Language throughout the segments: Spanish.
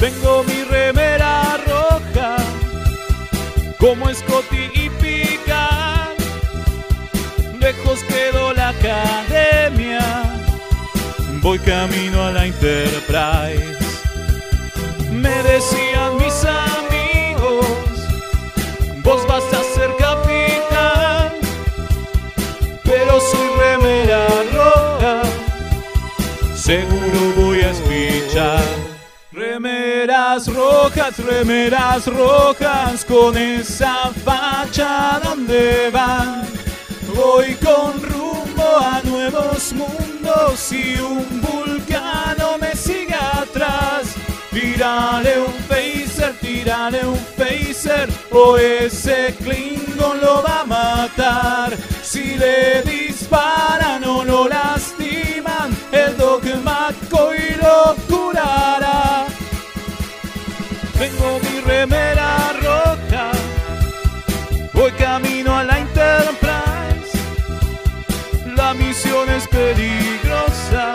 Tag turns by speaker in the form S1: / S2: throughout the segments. S1: Tengo mi remera roja, como Scotty y Pican. Lejos quedó la academia, voy camino a la Enterprise. Me decían mis amigos, vos vas a ser capitán, pero soy remera roja, seguro voy a escuchar. Remeras rojas, remeras rojas, con esa facha donde van. Voy con rumbo a nuevos mundos y un vulcano me sigue atrás. Tírale un phaser, tírale un phaser, o ese Klingon lo va a matar. Si le disparan o lo lastiman, el dogma y lo curará. Tengo mi remera rota, voy camino a la Enterprise. La misión es peligrosa,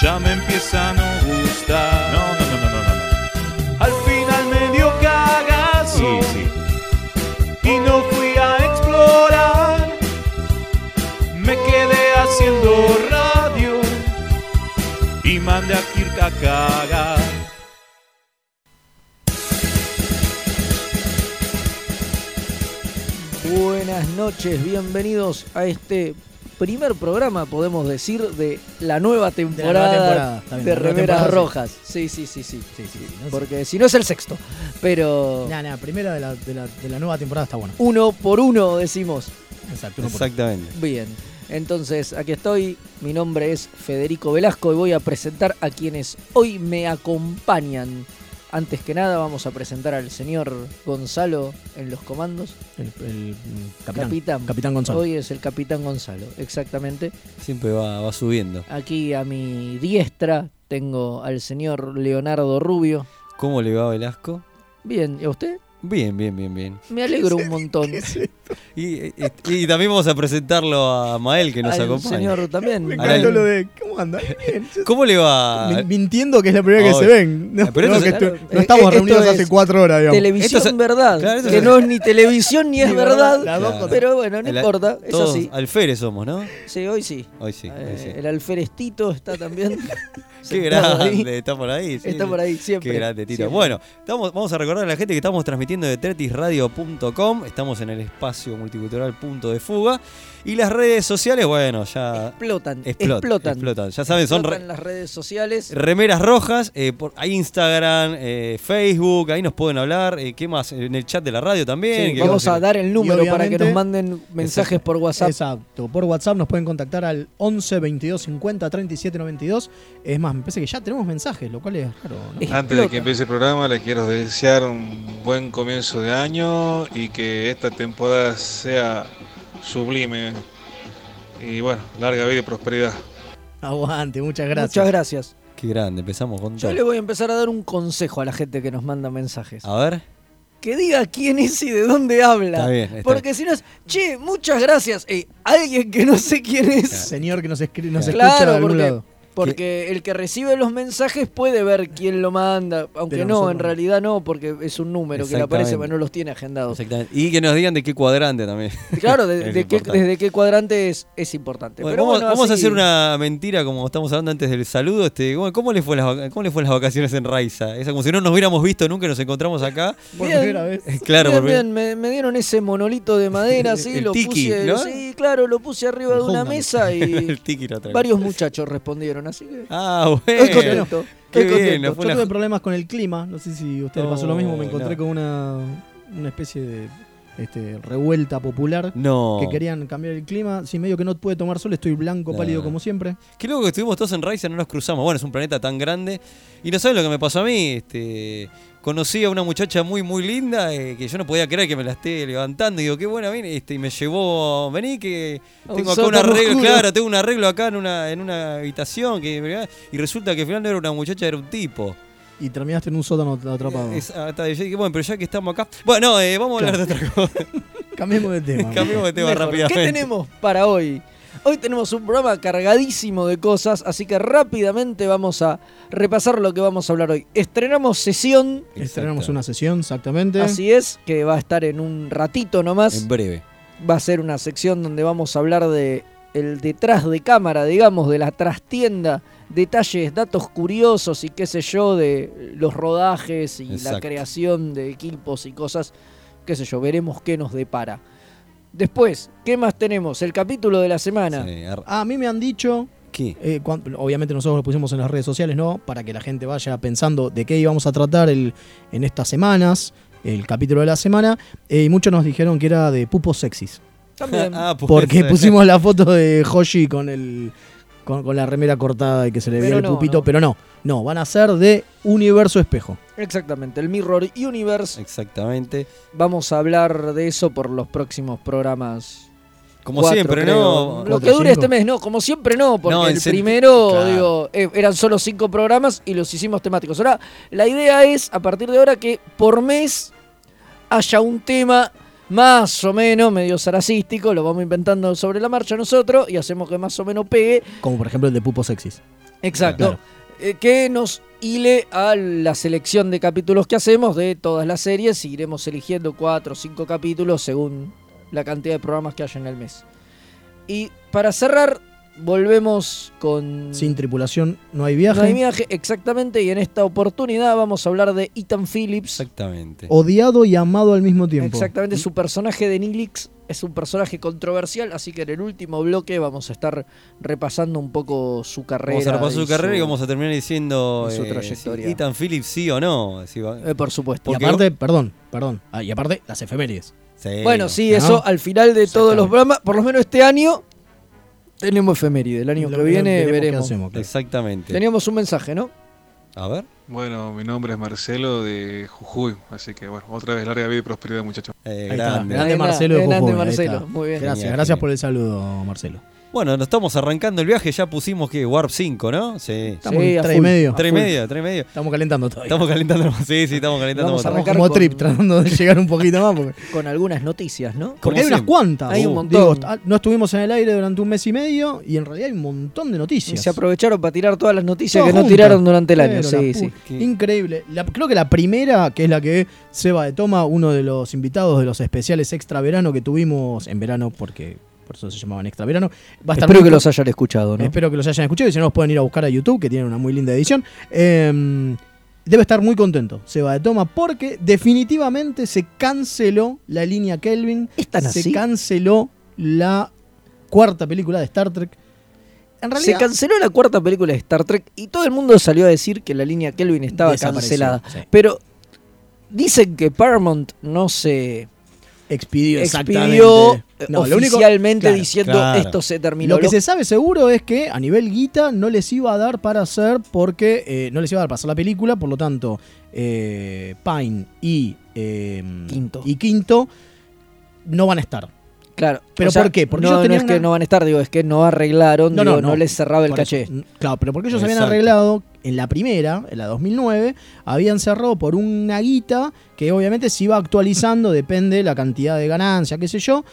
S1: ya me empieza a no gustar.
S2: No, no, no, no, no, no.
S1: Al final me dio cagazo
S2: Sí, sí.
S1: y no fui a explorar. Me quedé haciendo radio y mandé a Kirk a cagar.
S3: Buenas noches, bienvenidos a este primer programa, podemos decir, de la nueva temporada de,
S4: temporada, está bien, la nueva
S3: Remeras
S4: temporada, sí.
S3: Rojas. Sí, sí, sí, sí.
S4: Sí, sí, sí, no sé.
S3: Porque si no es el sexto. Pero
S4: Nah, nah, primera de la, de, la, de la nueva temporada está buena.
S3: uno por uno decimos.
S4: Exacto, uno por
S2: Exactamente.
S3: Bien. Entonces, aquí estoy. Mi nombre es Federico Velasco y voy a presentar a quienes hoy me acompañan. Antes que nada, vamos a presentar al señor Gonzalo en los comandos.
S4: el, el capitán,
S3: Capitán.
S4: capitán. Gonzalo.
S3: Hoy es el capitán Gonzalo, exactamente.
S2: Siempre va, va subiendo.
S3: Aquí a mi diestra tengo al señor Leonardo Rubio.
S2: ¿Cómo le va Velasco?
S3: Bien, ¿y a usted?
S2: Bien, bien, bien, bien.
S3: Me alegro un montón.
S2: Y, eh, y también vamos a presentarlo a Mael que nos
S3: al
S2: acompaña.
S3: señor también.
S4: Me
S2: Ahora encantó
S4: encantó
S2: el- lo
S4: lo de. ¿Cómo anda? Bien.
S2: ¿Cómo le va?
S4: Mintiendo que es la primera
S2: Ah,
S4: que se
S2: obvio.
S4: ven. No,
S2: Eh, pero
S4: no,
S2: esto
S4: que
S2: es-
S4: estu-
S3: claro,
S4: no
S3: eh,
S4: estamos
S3: esto
S4: reunidos
S3: es
S4: hace cuatro horas, digamos.
S3: Televisión
S2: Esto es-
S3: verdad,
S2: claro, eso
S3: que
S2: es-
S3: no es ni televisión ni es
S4: Ni
S3: verdad.
S4: las dos
S2: Claro.
S4: cosas.
S3: Pero bueno, no
S2: El-
S3: importa, es
S2: todos
S3: así.
S2: Alférez somos, ¿no?
S3: Sí, hoy sí.
S2: Hoy sí.
S3: Eh,
S2: hoy sí.
S3: El alferestito está también.
S2: Qué
S3: sentado
S2: grande,
S3: ahí.
S2: está por ahí. sí.
S3: Está por ahí siempre.
S2: Qué grande, Tito.
S3: siempre.
S2: Bueno, estamos- vamos a recordar a la gente que estamos transmitiendo de tretisradio.com. Estamos en el espacio multicultural Punto de Fuga. Y las redes sociales, bueno, ya
S3: explotan,
S2: explot-
S3: explotan.
S2: explotan. Ya saben, son
S3: Explotan
S2: re-
S3: las redes sociales.
S2: remeras rojas. eh, por, hay Instagram, eh, Facebook, ahí nos pueden hablar. eh, ¿Qué más? En el chat de la radio también.
S3: Sí,
S2: que
S3: vamos a dar el número
S4: Y
S3: para que
S4: obviamente-
S3: nos manden mensajes por WhatsApp.
S4: Exacto. Por WhatsApp nos pueden contactar al 11 22 50 37 92. Es más, me parece que ya tenemos mensajes, lo cual es raro, ¿no?
S3: Explota.
S5: Antes de que empiece el programa, les quiero desear un buen comienzo de año y que esta temporada sea sublime. Y bueno, larga vida y prosperidad.
S4: Aguante, muchas gracias.
S3: Muchas gracias.
S2: Qué grande, empezamos con
S3: Yo
S2: todo.
S3: le voy a empezar a dar un consejo a la gente que nos manda mensajes.
S2: A ver.
S3: Que diga quién es y de dónde habla.
S2: Está bien, está
S3: Porque si no es, che, muchas gracias. Ey, alguien que no sé quién es.
S4: Señor que nos, escri- nos
S3: Claro,
S4: escucha de algún
S3: porque-
S4: lado.
S3: Porque el que recibe los mensajes puede ver quién lo manda, aunque
S4: Pero
S3: no,
S4: nosotros
S3: en
S4: no.
S3: realidad no, porque es un número que le
S2: Exactamente.
S3: aparece, pero no los tiene agendados.
S2: Exactamente. Y que nos digan de qué cuadrante también.
S3: Claro, de-
S2: Es
S3: de qué-
S2: importante.
S3: desde qué cuadrante es, es importante.
S2: Bueno,
S3: Pero
S2: vamos,
S3: bueno,
S2: vamos a
S3: así-
S2: hacer una mentira, como estamos hablando antes del saludo. Este, ¿cómo, cómo le fue las, vaca- ¿Cómo le fue las vacaciones en Raiza? Esa como si no nos hubiéramos visto nunca, nos encontramos acá.
S4: Por
S3: Bien.
S4: primera vez.
S2: claro,
S3: Bien,
S2: por primera-
S3: bien, me, me dieron ese monolito de madera, sí,
S2: El
S3: lo
S2: tiki,
S3: puse,
S2: ¿no?
S3: sí, claro, lo puse arriba de
S4: El
S3: una
S4: Honda.
S3: mesa y
S2: el tiki lo trajo.
S3: varios muchachos respondieron, así que
S2: Ah,
S3: estoy
S2: bueno.
S3: contento.
S2: Qué bien,
S3: estoy contento.
S2: nos fue
S4: Yo
S2: una-
S4: tuve problemas con el clima, no sé si a ustedes les pasó lo mismo, me
S2: No,
S4: encontré
S2: no.
S4: con una, una especie de este, revuelta popular
S2: No.
S4: que querían cambiar el clima. Si medio que no puede tomar sol, estoy blanco,
S2: No.
S4: pálido como siempre.
S2: Qué loco que estuvimos todos en Raiza, no nos cruzamos. Bueno, es un planeta tan grande. Y no sabes lo que me pasó a mí. Este, conocí a una muchacha muy, muy linda eh, que yo no podía creer que me la esté levantando. Y digo, qué buena, viene. Este, y me llevó, vení que
S3: A un
S2: tengo acá un
S3: sótano
S2: arreglo.
S3: oscuro.
S2: Claro, tengo un arreglo acá en una, en una habitación. Que, y resulta que al final no era una muchacha, era un tipo.
S4: Y terminaste en un sótano atrapado.
S2: Es- hasta yo dije, bueno, pero ya que estamos acá. Bueno, eh, vamos a hablar de otra cosa.
S4: Cambiemos de tema.
S2: Cambiemos de tema
S3: Mejor. ¿Qué
S2: rápidamente.
S3: tenemos para hoy? Hoy tenemos un programa cargadísimo de cosas, así que rápidamente vamos a repasar lo que vamos a hablar hoy. Estrenamos sesión,
S4: Estrenamos una sesión, exactamente.
S3: así es, que va a estar en un ratito nomás.
S2: En breve.
S3: Va a ser una sección donde vamos a hablar de el detrás de cámara, digamos, de la trastienda, detalles, datos curiosos y qué sé yo, de los rodajes y la
S2: Exacto.
S3: creación de equipos y cosas, qué sé yo, veremos qué nos depara. Después, ¿qué más tenemos? El capítulo de la semana.
S2: Sí, ar-
S4: Ah, A mí me han dicho
S2: ¿Qué?
S4: Eh, cuan- obviamente nosotros lo pusimos en las redes sociales, ¿no? Para que la gente vaya pensando de qué íbamos a tratar el, en estas semanas, el capítulo de la semana. Eh, y muchos nos dijeron que era de pupos sexys.
S3: También.
S2: Ah, puede
S4: Porque
S2: ser.
S4: pusimos la foto de Hoshi con el. Con, con la remera cortada y que se le veía
S3: Pero
S4: el
S3: no,
S4: pupito,
S3: no.
S4: pero no, no, van a ser de Universo Espejo.
S3: Exactamente, el Mirror Universe.
S2: Exactamente.
S3: Vamos a hablar de eso por los próximos programas.
S2: Como
S3: Cuatro,
S2: siempre,
S3: creo.
S2: ¿no?
S3: Lo
S4: Cuatro,
S3: que dure
S4: cinco.
S3: este mes, no, como siempre no, porque
S2: No, en
S3: el
S2: sen-
S3: primero,
S2: claro.
S3: digo, eh, eran solo cinco programas y los hicimos temáticos. Ahora, la idea es, a partir de ahora, que por mes haya un tema más o menos medio saracístico, lo vamos inventando sobre la marcha nosotros y hacemos que más o menos pegue.
S4: Como por ejemplo el de pupos sexys. Claro.
S3: Exacto. Eh, que nos hile a la selección de capítulos que hacemos de todas las series. y Iremos eligiendo cuatro o cinco capítulos según la cantidad de programas que haya en el mes. Y para cerrar, volvemos con...
S4: Sin tripulación no hay
S3: No
S4: viaje.
S3: hay viaje, exactamente, y en esta oportunidad vamos a hablar de Ethan Phillips.
S2: Exactamente.
S4: Odiado y amado al mismo tiempo.
S3: Exactamente, su personaje de Nilix es un personaje controversial, así que en el último bloque vamos a estar repasando un poco su carrera.
S2: Vamos a repasar
S3: y
S2: su carrera y vamos a terminar diciendo
S3: y su
S2: eh,
S3: trayectoria.
S2: si Ethan Phillips sí o no. si va-
S3: Eh, por supuesto.
S4: Y
S2: Porque-
S4: aparte, perdón, perdón. Ah, y aparte, las efemérides.
S2: Sí,
S3: Bueno,
S2: Eh, no.
S3: sí,
S4: ¿no?
S3: eso al final de todos los
S4: Exactamente.
S3: programas, por lo menos este año, tenemos efeméride. El año
S4: Lo
S3: que viene
S4: qué
S3: veremos.
S4: hacemos, claro.
S2: Exactamente.
S3: Teníamos un mensaje, ¿no?
S2: A ver.
S5: Bueno, mi nombre es Marcelo de Jujuy, así que bueno, otra vez larga vida y prosperidad, muchachos.
S2: Eh,
S4: Ahí está.
S2: grande.
S4: Grande
S3: Ahí está,
S4: Marcelo de
S3: grande
S4: Jujuy, ahí
S3: Marcelo,
S4: está.
S3: muy bien.
S4: Gracias,
S2: Genial,
S4: gracias
S2: genial.
S4: por el saludo, Marcelo.
S2: Bueno, nos estamos arrancando el viaje. Ya pusimos que Warp 5, ¿no? Sí.
S4: Estamos
S3: Sí,
S4: en
S3: a
S4: tres y
S3: full.
S4: medio.
S2: Tres y medio, tres y medio.
S4: Estamos calentando todavía.
S2: Estamos calentando. Sí, sí, estamos calentando.
S3: Vamos
S2: motores.
S3: a
S4: Estamos
S3: arrancar
S4: como
S3: con-
S4: trip, tratando de llegar un poquito más. Porque,
S3: Con algunas noticias, ¿no?
S4: porque hay
S2: siempre.
S4: unas cuantas.
S3: Hay un
S4: Uh,
S3: montón.
S4: digo, ah, no estuvimos en el aire durante un mes y medio y en realidad hay un montón de
S3: Y
S4: noticias.
S3: se aprovecharon para tirar todas las noticias
S4: Todas
S3: que no
S4: juntas.
S3: tiraron durante el año.
S4: Pero la
S3: Sí,
S4: pu-
S3: sí.
S2: sí.
S4: Increíble. La- creo que la primera, que es la que Seba de Toma, uno de los invitados de los especiales extra verano que tuvimos en verano, porque por eso se llamaban extra verano. Va a estar
S3: Espero
S4: muy
S3: que
S4: co-
S3: los hayan escuchado, ¿no?
S4: Espero que los hayan escuchado y si no los pueden ir a buscar a YouTube, que tienen una muy linda edición. Eh, debe estar muy contento Seba de Toma porque definitivamente se canceló la línea Kelvin.
S3: ¿Es tan
S4: se
S3: así?
S4: canceló la cuarta película de Star Trek. En
S3: Se
S4: realidad
S3: canceló la cuarta película de Star Trek y todo el mundo salió a decir que la línea Kelvin estaba
S4: desapareció,
S3: cancelada.
S4: sí.
S3: Pero dicen que Paramount no se
S4: Expidió,
S3: expidió eh,
S4: exactamente. No, lo único-
S3: oficialmente
S4: claro.
S3: diciendo
S2: claro.
S3: esto se terminó.
S4: Lo que
S3: Lo-
S4: se sabe seguro es que a nivel guita no les iba a dar para hacer porque eh, no les iba a dar para hacer la película, por lo tanto eh, Pine y eh,
S3: Quinto.
S4: y Quinto no van a estar.
S3: Claro.
S4: ¿Pero por qué? Porque
S3: Porque no,
S4: ellos
S3: no
S4: tenían
S3: es que
S4: una-
S3: no van a estar, digo, es que no arreglaron,
S4: No,
S3: digo, no,
S4: no, no.
S3: les cerraba el
S4: Por eso,
S3: caché.
S4: n- claro, pero porque ellos habían
S2: Exacto.
S4: arreglado en la primera, en la 2009, habían cerrado por una guita que obviamente se iba actualizando, depende la cantidad de ganancia, qué sé yo,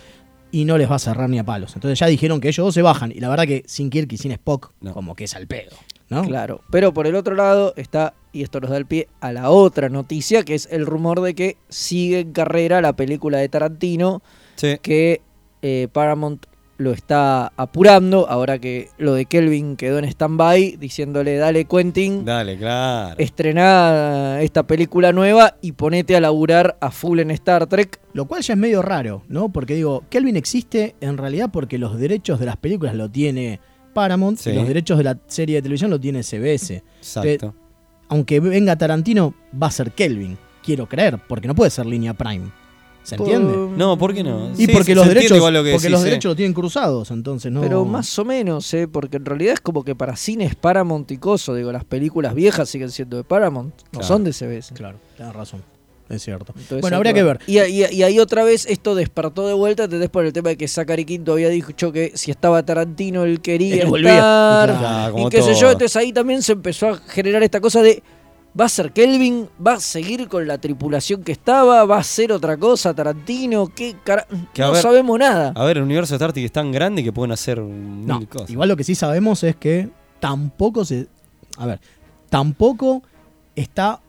S4: y no les va a cerrar ni a palos. Entonces ya dijeron que ellos dos se bajan, y la verdad que sin Kirk y sin Spock,
S2: No.
S4: como que es al pedo, ¿no?
S3: Claro. Pero por el otro lado está, y esto nos da el pie a la otra noticia, que es el rumor de que sigue en carrera la película de Tarantino,
S2: Sí.
S3: que eh, Paramount lo está apurando, ahora que lo de Kelvin quedó en stand-by, diciéndole, dale Quentin,
S2: Dale, claro.
S3: estrená esta película nueva y ponete a laburar a full en Star Trek.
S4: Lo cual ya es medio raro, ¿no? Porque digo, Kelvin existe en realidad porque los derechos de las películas lo tiene Paramount
S2: Sí.
S4: y los derechos de la serie de televisión lo tiene CBS.
S2: Exacto.
S4: Aunque venga Tarantino, va a ser Kelvin. Quiero creer, porque no puede ser línea Prime. ¿Se entiende?
S2: No, ¿por qué no?
S4: Y
S2: Sí,
S4: porque
S2: sí,
S4: los
S2: se entiende
S4: derechos
S2: igual lo que
S4: porque
S2: decís,
S4: los
S2: eh.
S4: derechos lo tienen cruzados, entonces no.
S3: Pero más o menos, ¿eh? porque en realidad es como que para cines Paramount y coso, digo, las películas viejas siguen siendo de Paramount, no
S2: Claro.
S3: son de CBS.
S4: Claro, tenés razón. Es cierto.
S3: Entonces
S4: bueno,
S3: hay
S4: habría que ver.
S3: Y, y- y ahí otra vez esto despertó de vuelta, entendés por el tema de que Zachary Quinto había dicho que si estaba Tarantino él quería
S4: Él volvía.
S3: estar
S2: Claro,
S3: y
S2: como
S3: qué sé
S2: todo.
S3: yo, entonces ahí también se empezó a generar esta cosa de ¿Va a ser Kelvin? ¿Va a seguir con la tripulación que estaba? ¿Va a ser otra cosa? ¿Tarantino? ¿Qué cara-
S2: Que a
S3: No
S2: ver-
S3: sabemos nada.
S2: A ver, el universo de Star Trek es tan grande que pueden hacer mil
S4: No,
S2: cosas.
S4: igual lo que sí sabemos es que tampoco se. A ver, tampoco está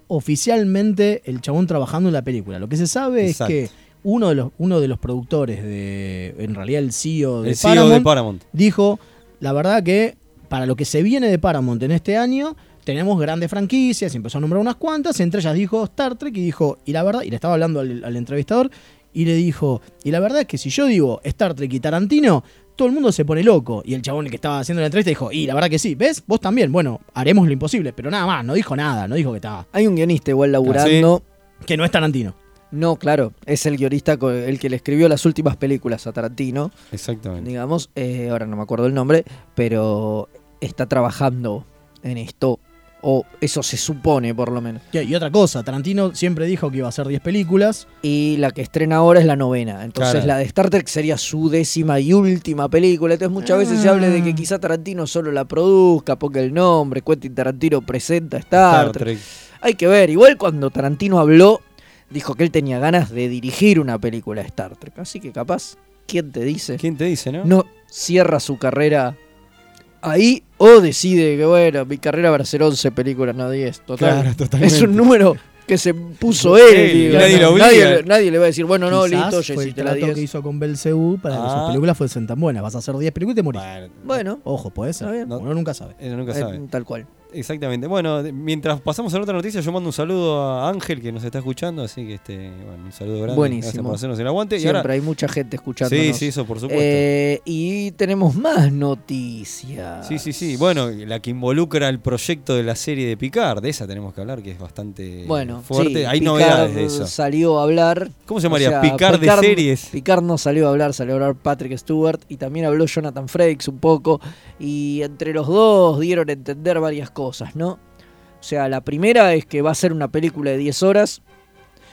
S4: oficialmente el chabón trabajando en la película. Lo que se sabe
S2: Exacto.
S4: es que uno de los, uno de los productores de. En realidad, el CEO de
S2: el CEO
S4: Paramount
S2: de Paramount.
S4: dijo: La verdad que para lo que se viene de Paramount en este año. Tenemos grandes franquicias, y empezó a nombrar unas cuantas, entre ellas dijo Star Trek y dijo, y la verdad, y le estaba hablando al, al entrevistador, y le dijo, y la verdad es que si yo digo Star Trek y Tarantino, todo el mundo se pone loco. Y el chabón que estaba haciendo la entrevista dijo, y la verdad que sí, ¿ves? Vos también, bueno, haremos lo imposible, pero nada más, no dijo nada, no dijo que estaba,
S3: Hay un guionista
S2: Ah,
S3: igual laburando.
S4: que no es Tarantino.
S3: No, claro, es el guionista co- el que le escribió las últimas películas a Tarantino,
S2: Exactamente.
S3: digamos, eh, ahora no me acuerdo el nombre, pero está trabajando en esto, o eso se supone por lo menos.
S4: Y, y otra cosa, Tarantino siempre dijo que iba a hacer 10 películas,
S3: Y la que estrena ahora es la novena, entonces
S2: Claro.
S3: la de Star Trek sería su décima y última película, entonces muchas veces se habla de que
S4: Ah.
S3: quizá Tarantino solo la produzca, ponga el nombre, Quentin Tarantino presenta Star,
S2: Star
S3: Trek.
S2: Trek.
S3: Hay que ver, igual cuando Tarantino habló, dijo que él tenía ganas de dirigir una película de Star Trek. Así que capaz, ¿quién te dice?
S2: ¿Quién te dice, no?
S3: No cierra su carrera ahí o decide que, bueno, mi carrera va a ser 11 películas, no 10. Total.
S2: Claro, totalmente.
S3: es un número que se puso él.
S2: Él,
S3: digo,
S2: nadie
S3: no,
S2: lo
S3: nadie,
S2: obliga.
S3: nadie le va a decir, bueno, no,
S4: Quizás
S3: listo, ya
S4: fue el
S3: hiciste la
S4: trato que
S3: 10.
S4: hizo con Belcebú para que
S2: Ah.
S4: sus películas fuesen tan buenas. Vas a hacer 10 películas y te morís.
S2: Bueno,
S3: Bueno,
S4: Ojo, puede
S3: Está
S4: ser.
S3: bien.
S4: Uno nunca sabe.
S2: eh, nunca
S3: eh,
S2: sabe.
S3: tal cual.
S2: Exactamente. Bueno, de- mientras pasamos a la otra noticia, yo mando un saludo a Ángel que nos está escuchando, así que este, bueno, un saludo grande.
S3: Buenísimo.
S2: Gracias por hacernos el aguante.
S3: Siempre
S2: y ahora,
S3: hay mucha gente escuchando.
S2: sí, sí, eso por supuesto.
S3: y tenemos más noticias.
S2: Sí, sí, sí. Bueno, la que involucra el proyecto de la serie de Picard, de esa tenemos que hablar, que es bastante
S3: Bueno,
S2: eh, fuerte.
S3: sí,
S2: Hay
S3: Picard
S2: novedades de eso.
S3: Salió a hablar.
S2: ¿Cómo se llamaría?
S3: o sea,
S2: Picard, de series.
S3: Picard no salió a hablar, salió a hablar Patrick Stewart y también habló Jonathan Frakes un poco. Y entre los dos dieron a entender varias cosas, ¿no? O sea, la primera es que va a ser una película de 10 horas,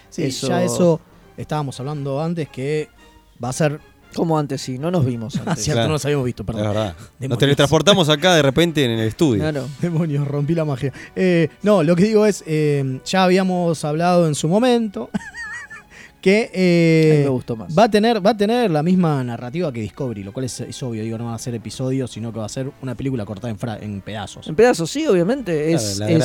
S4: Sí,
S3: Eso-
S4: ya eso estábamos hablando antes que va a ser.
S3: como antes sí, no nos vimos
S4: Ah,
S3: antes.
S4: cierto,
S2: Claro.
S4: no los habíamos visto,
S2: Es
S4: perdón.
S2: verdad. Nos
S4: Demonios.
S2: teletransportamos acá de repente en el estudio.
S3: Claro.
S4: Demonios, rompí la magia. Eh, no, lo que digo es, eh, ya habíamos hablado en su momento que
S3: A mí
S4: eh,
S3: me gustó más.
S4: va, a tener, va a tener la misma narrativa que Discovery, lo cual es, es obvio, digo, no van a ser episodios, sino que va a ser una película cortada en, fra- en pedazos.
S3: En pedazos, sí, obviamente.
S2: Claro,
S3: Es,
S2: la
S3: es-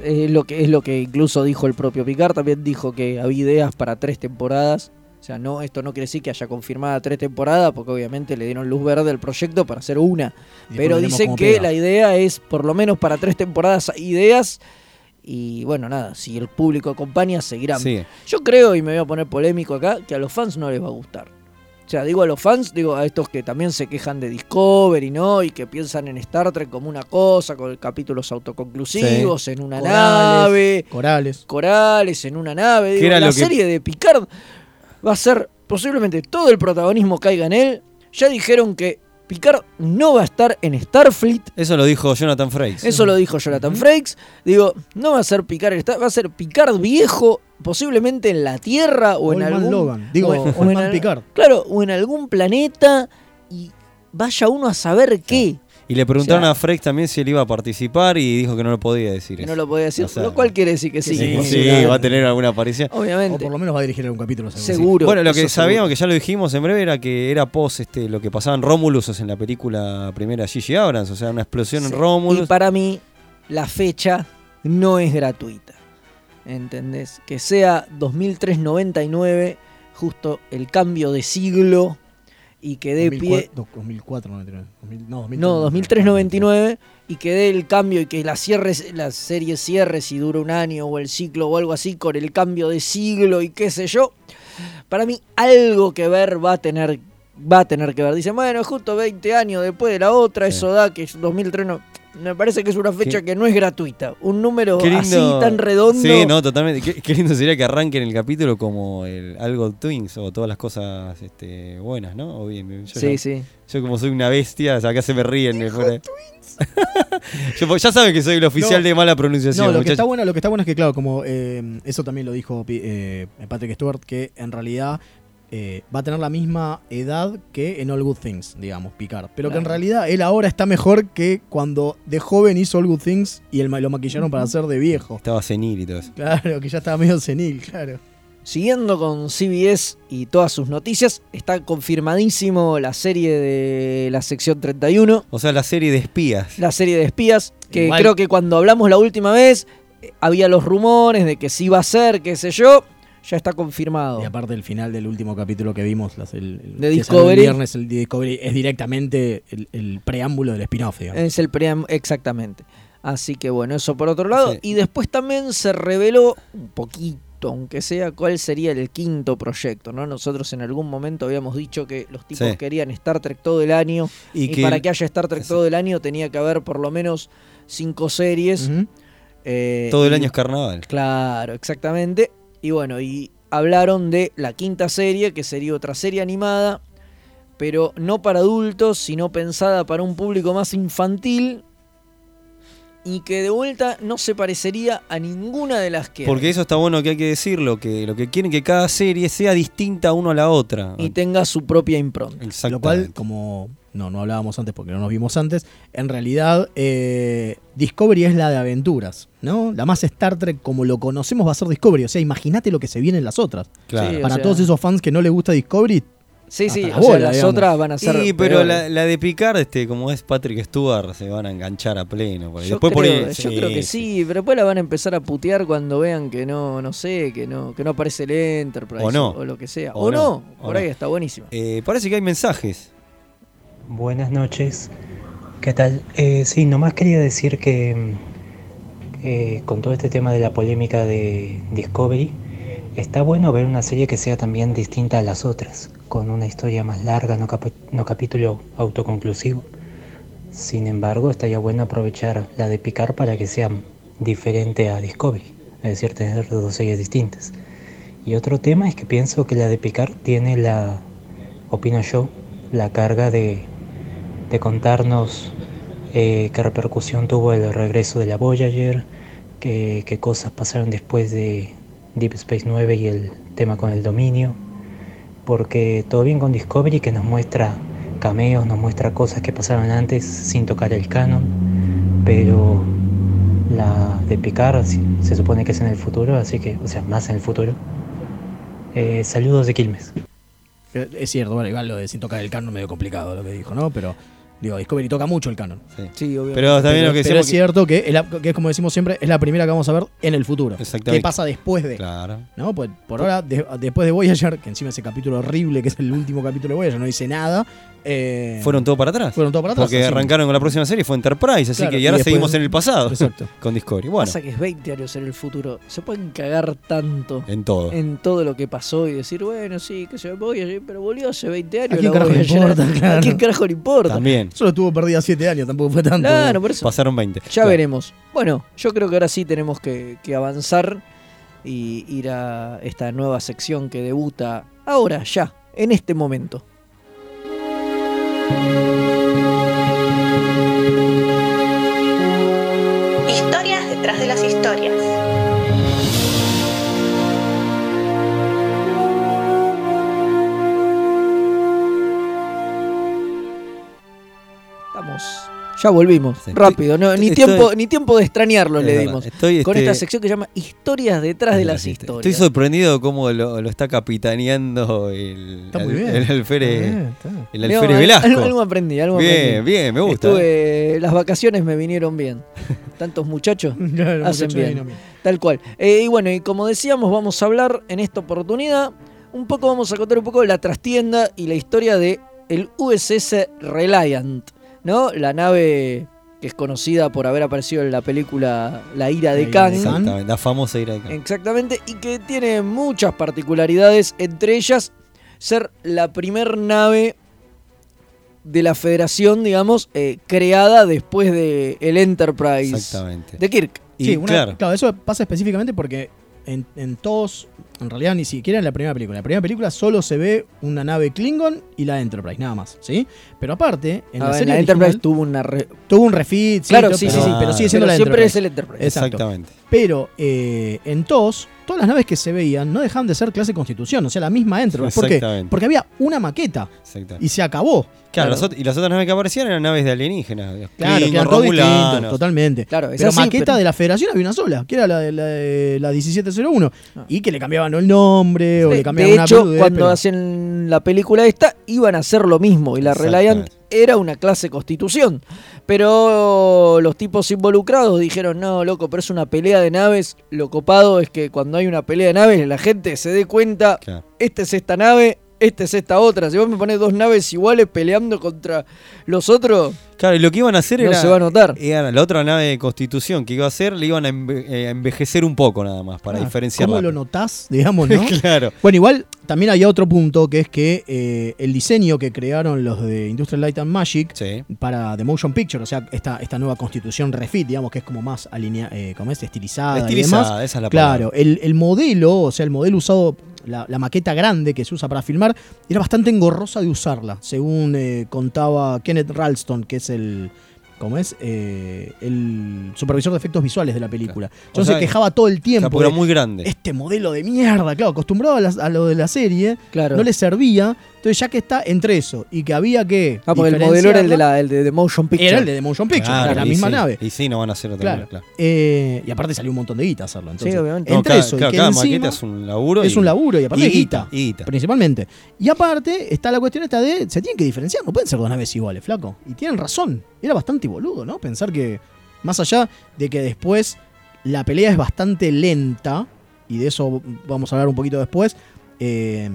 S2: gran-
S3: es lo que, es lo que incluso dijo el propio Picard. También dijo que había ideas para tres temporadas. O sea, no, esto no quiere decir que haya confirmada tres temporadas, porque obviamente le dieron luz verde al proyecto para hacer una.
S4: Y después
S3: Pero
S4: veremos
S3: dicen
S4: cómo
S3: que
S4: pega.
S3: la idea es, por lo menos para tres temporadas, hay ideas. Y bueno, nada, si el público acompaña, seguirán.
S2: Sí.
S3: Yo creo, y me voy a poner polémico acá, que a los fans no les va a gustar. O sea, digo a los fans, digo a estos que también se quejan de Discovery, ¿no? Y que piensan en Star Trek como una cosa, con capítulos autoconclusivos, en una
S4: Corales,
S3: nave,
S4: Corales.
S3: corales, en una nave.
S2: ¿Qué
S3: Digo,
S2: era
S3: la
S2: lo que-
S3: serie de Picard va a ser, posiblemente todo el protagonismo caiga en él. Ya dijeron que Picard no va a estar en Starfleet.
S2: Eso lo dijo Jonathan Frakes.
S3: Eso lo dijo Jonathan Frakes. Digo, no va a ser Picard, el Star- va a ser Picard viejo, posiblemente en la Tierra o en
S4: Old Man
S3: algún
S4: Logan. Digo,
S3: o en-
S4: Old
S3: o en
S4: Man
S3: al-
S4: Picard.
S3: Claro, o en algún planeta y vaya uno a saber qué.
S2: Y le preguntaron
S3: O sea-
S2: a Frakes también si él iba a participar y dijo que no lo podía decir.
S3: Que
S2: eso.
S3: no lo podía decir,
S2: O sea,
S3: lo cual quiere decir que sí.
S2: Sí,
S4: sí, claro.
S2: va a tener alguna aparición.
S4: O
S3: Obviamente,
S4: por lo menos va a dirigir algún capítulo. seguro.
S3: seguro.
S2: Bueno, lo
S3: eso
S2: que
S3: seguro.
S2: sabíamos, que ya lo dijimos en breve, era que era post este, lo que pasaba en Romulus o sea, en la película primera Gigi Abrams, o sea, una explosión en
S3: Sí. Y
S2: Romulus.
S3: para mí, la fecha no es gratuita. ¿Entendés? Que sea 2399, justo el cambio de siglo y que dé pie.
S4: 2004, 2004, 99, 2000, no, 2003,
S3: No, 2399 y que dé el cambio y que la, cierre, la serie cierre si dura un año o el ciclo o algo así con el cambio de siglo y qué sé yo. Para mí algo que ver va a tener va a tener que ver. Dice, bueno, justo 20 años después de la otra,
S2: Sí.
S3: eso da que es 2003 no- Me parece que es una fecha
S2: Qué-
S3: que no es gratuita. Un número
S2: Qué
S3: así
S2: lindo.
S3: tan redondo.
S2: Sí, no, totalmente. Qué, qué lindo sería que arranquen el capítulo como el algo Twins o todas las cosas este, buenas, ¿no? O bien, yo,
S3: sí,
S2: yo-
S3: sí.
S2: yo como soy una bestia, o sea, acá se me ríen. me pone- Yo, pues, ya saben que soy el oficial
S4: No.
S2: de mala
S4: No,
S2: pronunciación,
S4: lo que, está
S2: muchachos.
S4: bueno, lo que está bueno es que, claro, como eh, eso también lo dijo Pi- eh, Patrick Stewart, que en realidad eh, va a tener la misma edad que en All Good Things, digamos, Picard. Pero que en
S3: Claro.
S4: realidad él ahora está mejor que cuando de joven hizo All Good Things y el ma- lo maquillaron para ser de viejo.
S2: Estaba senil y todo eso.
S4: Claro, que ya estaba medio senil, claro.
S3: Siguiendo con CBS y todas sus noticias, está confirmadísimo la serie de la sección 31,
S2: O sea, la serie de espías.
S3: la serie de espías, que
S4: Igual.
S3: creo que cuando hablamos la última vez eh, había los rumores de que sí iba a ser, qué sé yo, ya está confirmado.
S4: Y aparte el final del último capítulo que vimos, las- el, el-
S3: De
S4: que salió el
S3: Discovery.
S4: viernes, el de Discovery, es directamente el, el preámbulo del spin-off, digamos.
S3: Es el pream, exactamente. Así que bueno, eso por otro lado.
S2: Sí.
S3: Y después también se reveló un poquito, aunque sea, cuál sería el quinto proyecto, ¿no? Nosotros en algún momento habíamos dicho que los tipos
S2: Sí.
S3: querían Star Trek todo el año. Y,
S2: que-
S3: para que haya Star Trek
S2: Sí.
S3: todo el año tenía que haber por lo menos cinco series.
S4: Ujú.
S3: eh,
S2: Todo el
S3: y-
S2: año es carnaval.
S3: Claro, exactamente. Y bueno, y hablaron de la quinta serie, que sería otra serie animada, pero no para adultos, sino pensada para un público más infantil. Y que de vuelta no se parecería a ninguna de las que.
S2: Porque
S3: hay.
S2: eso está bueno que hay que decirlo, que lo que quieren que cada serie sea distinta uno a la otra.
S3: Y tenga su propia impronta.
S2: Exactamente.
S4: Lo cual, como no, no hablábamos antes porque no nos vimos antes, en realidad eh, Discovery es la de aventuras, ¿no? La más Star Trek como lo conocemos va a ser Discovery, o sea, imagínate lo que se viene en las otras.
S2: Claro.
S3: Sí, o
S4: Para
S3: sea-
S4: todos esos fans que no les gusta Discovery,
S2: Ah,
S3: Sí, sí,
S4: hasta la
S3: o sea,
S4: bola,
S3: las
S4: digamos.
S3: otras van a ser.
S2: Sí, pero
S3: peores.
S2: la, la de Picard, este, como es Patrick Stewart, se van a enganchar a pleno. por ahí.
S3: Yo,
S2: Después por
S3: creo,
S2: ahí-
S3: yo creo que sí, pero después la van a empezar a putear cuando vean que no, no sé, que no, que no aparece el Enterprise
S2: O no.
S3: lo que sea.
S2: O
S3: O,
S2: no,
S3: no,
S2: o
S3: por
S2: no.
S3: ahí está buenísimo.
S2: Eh, parece que hay mensajes.
S6: Buenas noches, ¿qué tal? Eh, sí, nomás quería decir que mm, eh, con todo este tema de la polémica de Discovery, está bueno ver una serie que sea también distinta a las otras, con una historia más larga, no, capi- no capítulo autoconclusivo. Sin embargo, estaría bueno aprovechar la de Picar para que sea diferente a Discovery, es decir, tener dos series distintas. Y otro tema es que pienso que la de Picar tiene la, opino yo, la carga de, de contarnos eh, qué repercusión tuvo el regreso de la Voyager, qué, qué cosas pasaron después de Deep Space 9 y el tema con el dominio. Porque todo bien con Discovery que nos muestra cameos, nos muestra cosas que pasaron antes sin tocar el canon, pero la de Picard si- se supone que es en el futuro, así que, o sea, más en el futuro. Eh, saludos de Quilmes.
S4: eh, es cierto, bueno, igual lo de sin tocar el canon medio complicado lo que dijo, ¿no? Pero digo, Discovery toca mucho el canon.
S2: Sí.
S3: Sí, obviamente.
S2: Pero también
S4: pero,
S2: lo que
S4: pero
S2: decimos.
S4: es
S2: que-
S4: cierto que, es la- que es como decimos siempre, es la primera que vamos a ver en el futuro.
S2: Exactamente.
S4: ¿Qué pasa después de?
S2: Claro.
S4: ¿no? Por, por ahora, de- después de Voyager, que encima ese capítulo horrible, que es el último capítulo de Voyager, no dice nada. eh,
S2: Fueron todo para atrás.
S4: fueron todo para atrás.
S2: Porque
S4: así que-
S2: arrancaron con la próxima serie, fue Enterprise, así
S4: Claro,
S2: que y
S4: y
S2: ahora
S4: después-
S2: seguimos en el pasado
S4: Exacto.
S2: con Discovery. Bueno,
S3: Pasa que es 20 años en el futuro. Se pueden cagar tanto
S2: en todo.
S3: en todo lo que pasó y decir, bueno, sí, que se voy a pero volvió hace 20 años.
S4: ¿A quién
S3: la
S4: carajo le
S3: Voyager.
S4: importa?
S3: ¿A
S4: Claro.
S3: quién carajo le importa?
S2: También.
S4: Solo estuvo perdida 7 años, tampoco fue tanto.
S3: Claro, ah, por eso.
S2: Pasaron 20.
S3: Ya
S2: Claro.
S3: veremos. Bueno, yo creo que ahora sí tenemos que, que avanzar y ir a esta nueva sección que debuta ahora, ya, en este momento.
S7: Historias detrás de las historias.
S3: Estamos. Ya volvimos.
S2: Sí.
S3: Rápido, no, ni,
S2: Estoy-
S3: tiempo, ni tiempo de extrañarlo
S2: Es
S3: le
S2: verdad.
S3: dimos.
S2: Estoy,
S3: Con
S2: este,
S3: esta sección que se llama Historias detrás de las historias.
S2: Estoy sorprendido cómo lo, lo está capitaneando el,
S4: Está muy
S2: el-
S4: bien.
S2: el alférez,
S4: Ah, está.
S2: el
S3: Leo,
S2: alférez
S3: al-
S2: Velasco.
S3: Algo, algo aprendí, algo
S2: bien,
S3: aprendí.
S2: bien, me gusta. eh.
S3: Estuve- las vacaciones me vinieron bien. Tantos muchachos.
S4: Claro,
S3: Hacen
S4: muchacho, ahí
S3: bien.
S4: no mira.
S3: Tal cual. Eh, y bueno, y como decíamos, vamos a hablar en esta oportunidad. Un poco vamos a contar un poco de la trastienda y la historia de el USS Reliant, ¿no? La nave que es conocida por haber aparecido en la película La ira de
S4: La ira de
S3: Khan.
S4: Khan.
S2: Exactamente, la famosa ira de
S3: Eh,
S2: Khan.
S3: Exactamente, y que tiene muchas particularidades, entre ellas ser la primer nave de la Federación, digamos, eh, creada después de el Enterprise
S2: Exactamente.
S3: de Kirk.
S2: Y
S4: Sí, una-
S2: claro,
S4: claro. eso pasa específicamente porque en, en todos, en realidad ni siquiera en la primera película. En la primera película solo se ve una nave Klingon y la Enterprise, nada más, ¿sí? Pero aparte, en
S3: A
S4: la
S3: ver,
S4: serie
S3: la Enterprise
S4: original
S3: tuvo una re-
S4: tuvo un refit,
S3: Claro,
S4: todo,
S3: sí,
S2: sí,
S4: pero,
S2: sí.
S4: pero sigue siendo
S3: pero
S4: la
S3: siempre
S4: Enterprise.
S3: es el Enterprise.
S4: exacto.
S2: exactamente.
S4: Pero eh, en TOS, todas las naves que se veían no dejaban de ser clase Constitución, o sea, la misma Enterprise. ¿Por qué?
S2: Exactamente.
S4: Porque había una maqueta
S2: Exacto.
S4: y se acabó.
S2: Claro, las ot- y las otras naves que aparecían eran naves de alienígenas. los
S4: Claro,
S2: Klingons,
S4: que eran todos
S2: Romulanos.
S4: distintos, totalmente.
S3: Claro, es
S4: pero
S3: así,
S4: maqueta
S3: pero-
S4: de la Federación había una sola, que era la, de- la de- la 1701.
S3: Ah.
S4: Y que le cambiaban el nombre o le cambiaban
S3: de
S4: una
S3: hecho,
S4: peludez,
S3: cuando
S4: pero-
S3: hacen la película esta, iban a hacer lo mismo. Y la Reliant era una clase constitución. Pero los tipos involucrados dijeron, no, loco, pero es una pelea de naves. Lo copado es que cuando hay una pelea de naves, la gente se dé cuenta,
S2: Claro.
S3: esta es esta nave, esta es esta otra. Si vos me pones dos naves iguales peleando contra los otros,
S2: Claro, y lo que iban a hacer
S3: No
S2: era.
S3: se va a notar.
S2: era la otra nave de Constitución que iba a hacer, le iban a enve- eh, a envejecer un poco nada más, para
S4: Ah,
S2: diferenciarla.
S4: ¿Cómo lo notás, digamos, no?
S2: claro.
S4: Bueno, igual también había otro punto que es que eh, el diseño que crearon los de Industrial Light and Magic
S2: Sí.
S4: para The Motion Picture, o sea, esta, esta nueva constitución refit, digamos, que es como más alineada, como es, estilizada, y demás.
S2: Estilizada, esa es la palabra.
S4: Claro, el, el modelo, o sea, el modelo usado, la, la maqueta grande que se usa para filmar, era bastante engorrosa de usarla, según eh, contaba Kenneth Ralston, que es el. ¿Cómo es? Eh, el supervisor de efectos visuales de la película. Yo
S2: sea,
S4: se quejaba todo el
S2: O sea,
S4: tiempo.
S2: porque era
S4: de,
S2: muy grande.
S4: Este modelo de mierda, claro, acostumbrado a, las- a lo de la serie,
S3: claro.
S4: no le servía. Entonces, ya que está entre eso y que había que.
S3: Ah, porque el modelo era el de, la, el de, The Motion Picture.
S4: Era el de The Motion Picture,
S2: Claro,
S4: era la
S2: y
S4: misma
S2: sí,
S4: nave.
S2: Y sí, no van a hacer otra
S4: Claro.
S2: nave, claro.
S4: Eh, y aparte salió un montón de guita hacerlo. Entonces,
S3: obviamente.
S2: No,
S4: Entre
S2: cada,
S4: eso y
S2: claro,
S4: que
S2: cada
S4: encima
S2: maqueta es un laburo.
S4: es
S2: y-
S4: un laburo y aparte
S2: y
S4: es guita,
S2: Y guita.
S4: principalmente. Y aparte está la cuestión esta de, se tienen que diferenciar, no pueden ser dos naves iguales, flaco. Y tienen razón, era bastante boludo, ¿no? Pensar que, más allá de que después la pelea es bastante lenta, y de eso vamos a hablar un poquito después, eh,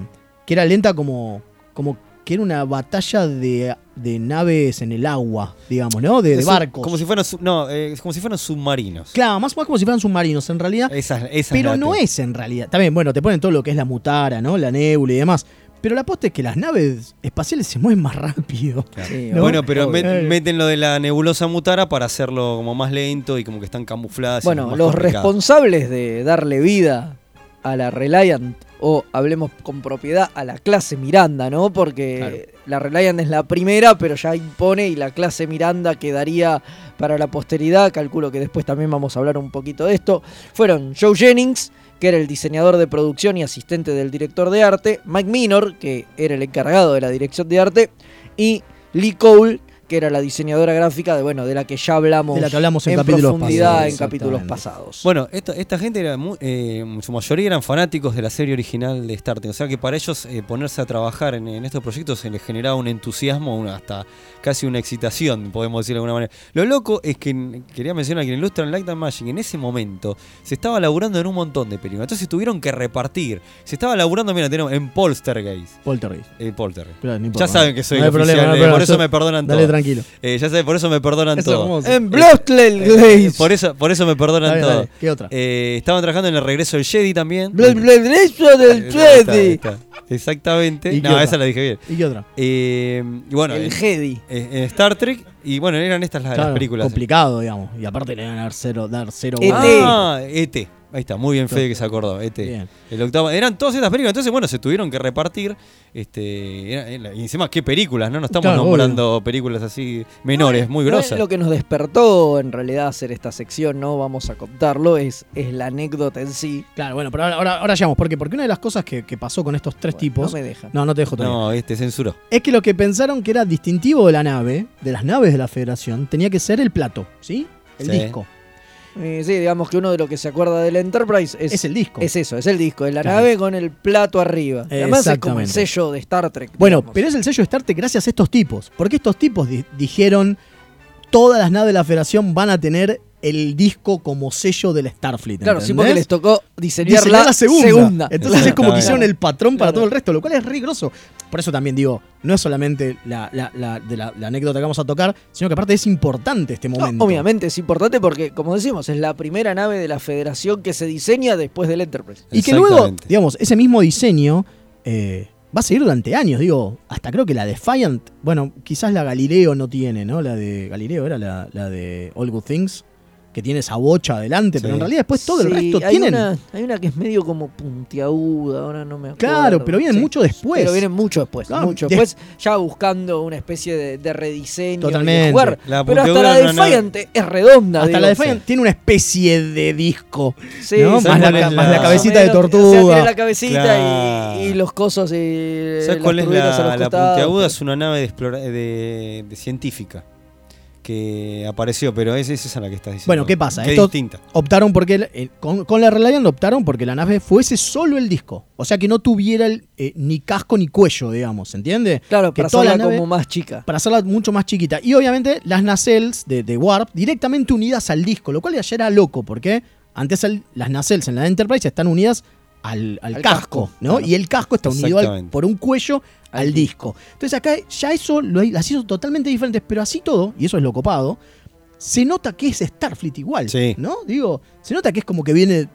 S4: que era lenta como, como que era una batalla de, de naves en el agua, digamos, ¿no? De, de
S2: Es un-
S4: barcos.
S2: Como si fueran, su- no, eh, es como si fueran submarinos.
S4: Claro, más o menos como si fueran submarinos en realidad.
S2: Esa, esa
S4: Pero
S2: la
S4: no
S2: te-
S4: es en realidad. También, bueno, te ponen todo lo que es la mutara, ¿no? La nebula y demás. Pero la posta es que las naves espaciales se mueven más rápido.
S3: Sí,
S4: ¿no?
S2: Bueno, pero
S4: Obvio.
S2: met- meten lo de la nebulosa mutara para hacerlo como más lento y como que están camufladas. y
S3: Bueno,
S2: más
S3: los
S2: complicado.
S3: responsables de darle vida a la Reliant, o hablemos con propiedad, a la clase Miranda, ¿no? Porque la Reliant es la primera, pero ya impone y la clase Miranda quedaría para la posteridad, calculo que después también vamos a hablar un poquito de esto, fueron Joe Jennings, que era el diseñador de producción y asistente del director de arte, Mike Minor, que era el encargado de la dirección de arte, y Lee Cole, que era la diseñadora gráfica de, bueno, de la que ya hablamos,
S4: De la que hablamos en
S3: en
S4: capítulos
S3: profundidad
S4: pasados,
S3: en capítulos
S4: exactamente.
S3: pasados.
S2: Bueno, esta, esta gente, era mu- eh, en su mayoría eran fanáticos de la serie original de Star Trek. O sea que para ellos eh, ponerse a trabajar en, en estos proyectos se les generaba un entusiasmo, una- hasta casi una excitación, podemos decir de alguna manera. Lo loco es que, en- quería mencionar que en Illustrated Light and Magic en ese momento se estaba laburando en un montón de películas. Entonces tuvieron que repartir. Se estaba laburando, mira, tenemos en Poltergeist.
S4: Poltergeist.
S2: Eh, Poltergeist.
S4: Claro, no importa.
S2: Ya saben que soy
S4: No
S2: el
S4: hay problema,
S2: oficial,
S4: no hay
S2: eh,
S4: problema.
S2: por eso
S4: Yo-
S2: me perdonan
S4: Dale
S2: todo.
S4: tranquilo.
S2: Eh, ya saben, por eso me perdonan
S4: Eso es
S2: todo.
S4: hermoso.
S3: En Bloodlet Glaze.
S2: Eh, por eso, por eso me perdonan
S4: Dale,
S2: todo.
S4: dale. ¿Qué otra?
S2: Eh, estaban trabajando en el regreso del Jedi también.
S3: Blood- Blood Glaze del
S2: Ahí está, ahí
S3: Jedi.
S2: está. Exactamente.
S4: ¿Y qué
S2: No,
S4: otra?
S2: esa la dije bien.
S4: ¿Y qué otra?
S2: Eh, y bueno,
S3: El
S2: en,
S3: Jedi.
S2: en- en Star Trek, y bueno, eran estas las, las
S4: Claro,
S2: películas.
S4: Complicado, digamos. Y aparte le van a dar cero, dar cero
S3: ET.
S4: bola.
S2: Ah, ET. Ahí está, muy bien Fede que se acordó, ET.
S4: Bien.
S2: El octavo, eran todas estas películas, entonces bueno, se tuvieron que repartir. Este, era- era- y encima, ¿qué películas? No, no estamos
S4: Claro,
S2: nombrando películas así menores, muy
S3: No es
S2: grosas.
S3: Lo que nos despertó en realidad hacer esta sección, no vamos a contarlo, es, es la anécdota en sí.
S4: Claro, bueno, pero ahora, ahora, ahora llegamos. Porque, porque una de las cosas que, que pasó con estos tres
S3: Bueno,
S4: tipos.
S3: No me dejan.
S4: No, no te dejo todavía.
S2: No, este censuró.
S4: Es que lo que pensaron que era distintivo de la nave, de las naves de la Federación, tenía que ser el plato, ¿sí? El
S2: Sí.
S4: disco.
S3: Eh, sí, digamos que uno de los que se acuerda de la Enterprise es,
S4: Es, el disco.
S3: es eso, es el disco, es la
S4: Claro.
S3: nave con el plato arriba. Y Además es como el
S4: Exactamente.
S3: sello de Star Trek.
S4: Bueno,
S3: digamos.
S4: pero es el sello de Star Trek gracias a estos tipos. Porque estos tipos di- dijeron, todas las naves de la Federación van a tener el disco como sello del Starfleet.
S3: Claro, sí, porque
S4: ¿entendés?
S3: les tocó diseñar,
S4: Diseñar la segunda. Entonces es
S3: Exactamente.
S4: como que hicieron el patrón para
S3: Claro.
S4: todo el resto, lo cual es re groso. Por eso también digo, no es solamente la, la- la- de la, la anécdota que vamos a tocar, sino que aparte es importante este
S3: No,
S4: momento.
S3: obviamente es importante porque, como decimos, es la primera nave de la Federación que se diseña después del Enterprise.
S4: Y que luego,
S2: Exactamente.
S4: digamos, ese mismo diseño eh, va a seguir durante años, digo, hasta creo que la Defiant, bueno, quizás la Galileo no tiene, ¿no? La de Galileo era la, la de All Good Things. que tiene esa bocha adelante,
S2: Sí.
S4: pero en realidad después todo el
S3: Sí,
S4: resto
S3: hay
S4: tienen.
S3: Una, hay una que es medio como puntiaguda, ahora no me acuerdo.
S4: Claro, pero vienen
S3: Sí.
S4: mucho después.
S3: Pero vienen mucho después,
S4: Claro,
S3: Pues mucho
S4: des-
S3: después, ya buscando una especie de, de rediseño y de
S4: Totalmente.
S3: jugar.
S2: La
S3: pero hasta la
S2: puntiaguda no- no-
S3: Defiant es redonda.
S4: Hasta
S3: digo,
S4: la de
S3: o sea,
S4: Defiant tiene una especie de disco.
S3: sí,
S4: ¿no?
S3: sí,
S4: Más, la,
S2: cuál es
S4: ca- más
S2: la-
S4: la cabecita de
S3: menos, O sea, tiene
S4: tortuga.
S3: la cabecita
S2: Claro.
S3: y, y los cosos y
S2: ¿Sabes
S3: Eh, las
S2: cuál es
S3: turbinas a
S2: la,
S3: los
S2: la
S3: costados.
S2: puntiaguda? Es una nave de, explora- de- de científica que apareció, pero es, es esa la que estás diciendo.
S4: Bueno, ¿qué pasa?
S2: Que
S4: Esto-
S2: distinta.
S4: Optaron porque. el- eh, con, con la Reliant optaron porque la nave fuese solo el disco. O sea que no tuviera el, eh, ni casco ni cuello, digamos. ¿Se entiende?
S3: Claro,
S4: que
S3: para
S4: toda la
S3: hacerla
S4: nave-
S3: como más chica.
S4: para hacerla mucho más chiquita. Y obviamente las nacelles de, de Warp directamente unidas al disco, lo cual ya era loco, porque antes el- las nacelles en la Enterprise están unidas al, al
S3: Al
S4: casco,
S3: casco,
S4: ¿no?
S3: claro.
S4: Y el casco está unido al-
S2: Exactamente.
S4: por un cuello al disco. Entonces acá ya eso lo, las hizo totalmente diferentes, pero así todo, y eso es lo copado, se nota que es Starfleet igual,
S2: Sí.
S4: ¿no? Digo, se nota que es como que viene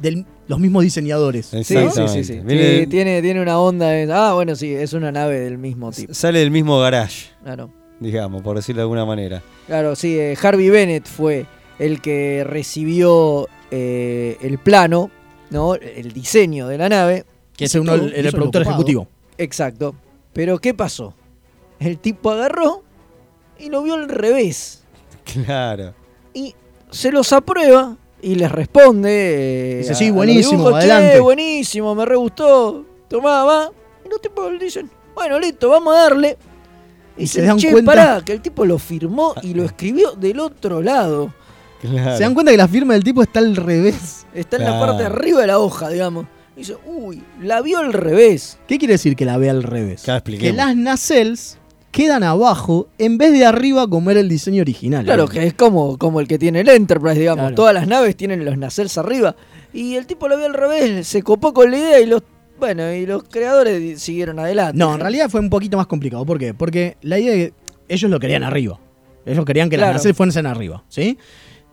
S4: de los mismos diseñadores.
S3: Sí, sí, sí, sí.
S2: Viene
S3: Sí,
S2: del-
S3: Tiene, tiene una onda. de- ah, bueno, sí, es una nave del mismo tipo.
S2: Sale del mismo garage,
S3: Claro.
S2: digamos, por decirlo de alguna manera.
S3: Claro, sí, eh, Harvey Bennett fue el que recibió eh, el plano, ¿no? El diseño de la nave,
S4: Que es uno, el, Eso es lo productor copado. ejecutivo.
S3: exacto. Pero ¿qué pasó? El tipo agarró y lo vio al revés.
S2: Claro.
S3: Y se los aprueba y les responde. eh,
S4: Dice, sí,
S3: a- a los
S4: buenísimo,
S3: dibujos, "Che,
S4: adelante".
S3: buenísimo, me re gustó. Tomá, va. Y los tipos le dicen, bueno, listo, vamos a darle. Y, se dan cuenta. Pará, que el tipo lo firmó y
S4: Ah.
S3: lo escribió del otro lado.
S2: claro.
S4: Se dan cuenta que la firma del tipo está al revés.
S3: Está en la
S2: Claro.
S3: parte de arriba de la hoja, digamos. Y dice, uy, la vio al revés.
S4: ¿Qué quiere decir que la vea al revés?
S2: Ya
S4: que
S2: expliquemos.
S4: las nacelles quedan abajo en vez de arriba como era el diseño original.
S3: Claro, que es como, como el que tiene el Enterprise, digamos.
S4: Claro.
S3: Todas las naves tienen los nacelles arriba. Y el tipo la vio al revés, se copó con la idea y los, bueno, y los creadores di- siguieron adelante.
S4: No, en realidad fue un poquito más complicado. ¿Por qué? Porque la idea de que ellos lo querían arriba. Ellos querían que
S3: Claro.
S4: las nacelles fuesen arriba, ¿sí?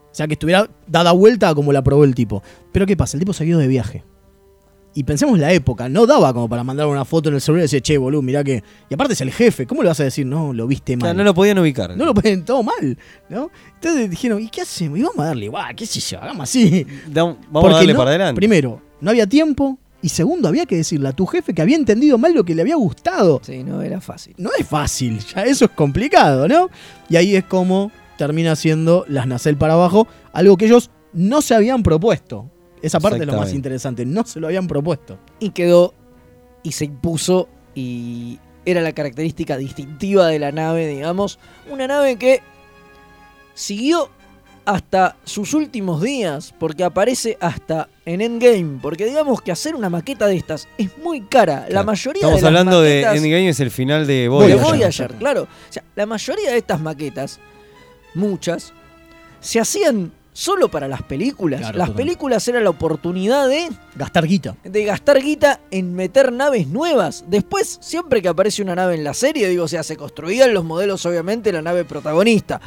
S4: O sea, que estuviera dada vuelta como la probó el tipo. Pero ¿qué pasa? El tipo se había ido de viaje. Y pensemos la época, no daba como para mandar una foto en el celular y decir, che, boludo, mirá que... Y aparte es el jefe, ¿cómo le vas a decir? No, lo viste mal.
S2: Claro, no lo podían ubicar.
S4: No lo pueden, todo mal, ¿no? Entonces dijeron, ¿y qué hacemos? Y vamos a darle, igual, qué sé yo, hagamos así.
S2: Da un- vamos a
S4: Porque
S2: darle
S4: no-
S2: para adelante.
S4: Primero, no había tiempo. Y segundo, había que decirle a tu jefe que había entendido mal lo que le había gustado.
S3: Sí, no era fácil.
S4: No es fácil, ya eso es complicado, ¿no? Y ahí es como termina siendo las nacel para abajo, algo que ellos no se habían propuesto. Esa parte es lo más
S2: Exactamente.
S4: interesante, no se lo habían propuesto.
S3: Y quedó, y se impuso, y era la característica distintiva de la nave, digamos. Una nave que siguió hasta sus últimos días, porque aparece hasta en Endgame. Porque digamos que hacer una maqueta de estas es muy cara. La
S2: Claro.
S3: mayoría
S2: Estamos
S3: de las
S2: hablando de
S3: maquetas-
S2: Endgame, es el final de
S3: de
S2: Voyager.
S3: Voyager, claro. O sea, la mayoría de estas maquetas, muchas, se hacían solo para las películas.
S4: Claro,
S3: las
S4: totalmente.
S3: películas era la oportunidad de
S4: Gastar guita.
S3: de gastar guita en meter naves nuevas. Después, siempre que aparece una nave en la serie, digo, o sea, se construían los modelos, obviamente, la nave protagonista.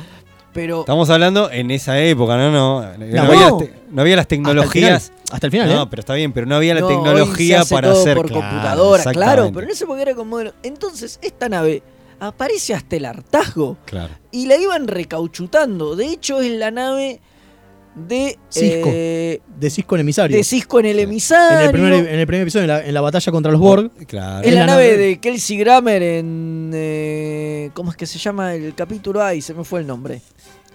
S3: Pero
S2: Estamos hablando en esa época, ¿no? No, no,
S4: No.
S2: había, las te- no había las
S4: Hasta el final,
S2: tecnologías.
S4: Hasta el final,
S2: no,
S4: ¿eh?
S2: pero está bien, pero no había la
S3: no, hoy
S2: tecnología
S3: se hace
S2: para
S3: todo
S2: hacer.
S3: por
S2: Claro,
S3: computadora, claro,
S2: exactamente.
S3: pero en esa época era con modelo. Entonces, esta nave aparece hasta el hartazgo
S2: Claro.
S3: y la iban recauchutando. De hecho, es la nave de
S4: Cisco.
S3: eh,
S4: Decís con emisario.
S3: de Cisco en el
S4: en,
S3: emisario.
S4: el
S2: em-
S4: primer, en el primer episodio, en la, en la batalla contra los Borg,
S2: Claro.
S3: Es
S4: En
S3: la,
S4: la
S3: nave
S4: nave.
S3: de Kelsey Grammer en. eh, ¿Cómo es que se llama el capítulo? Ay, se me fue el nombre.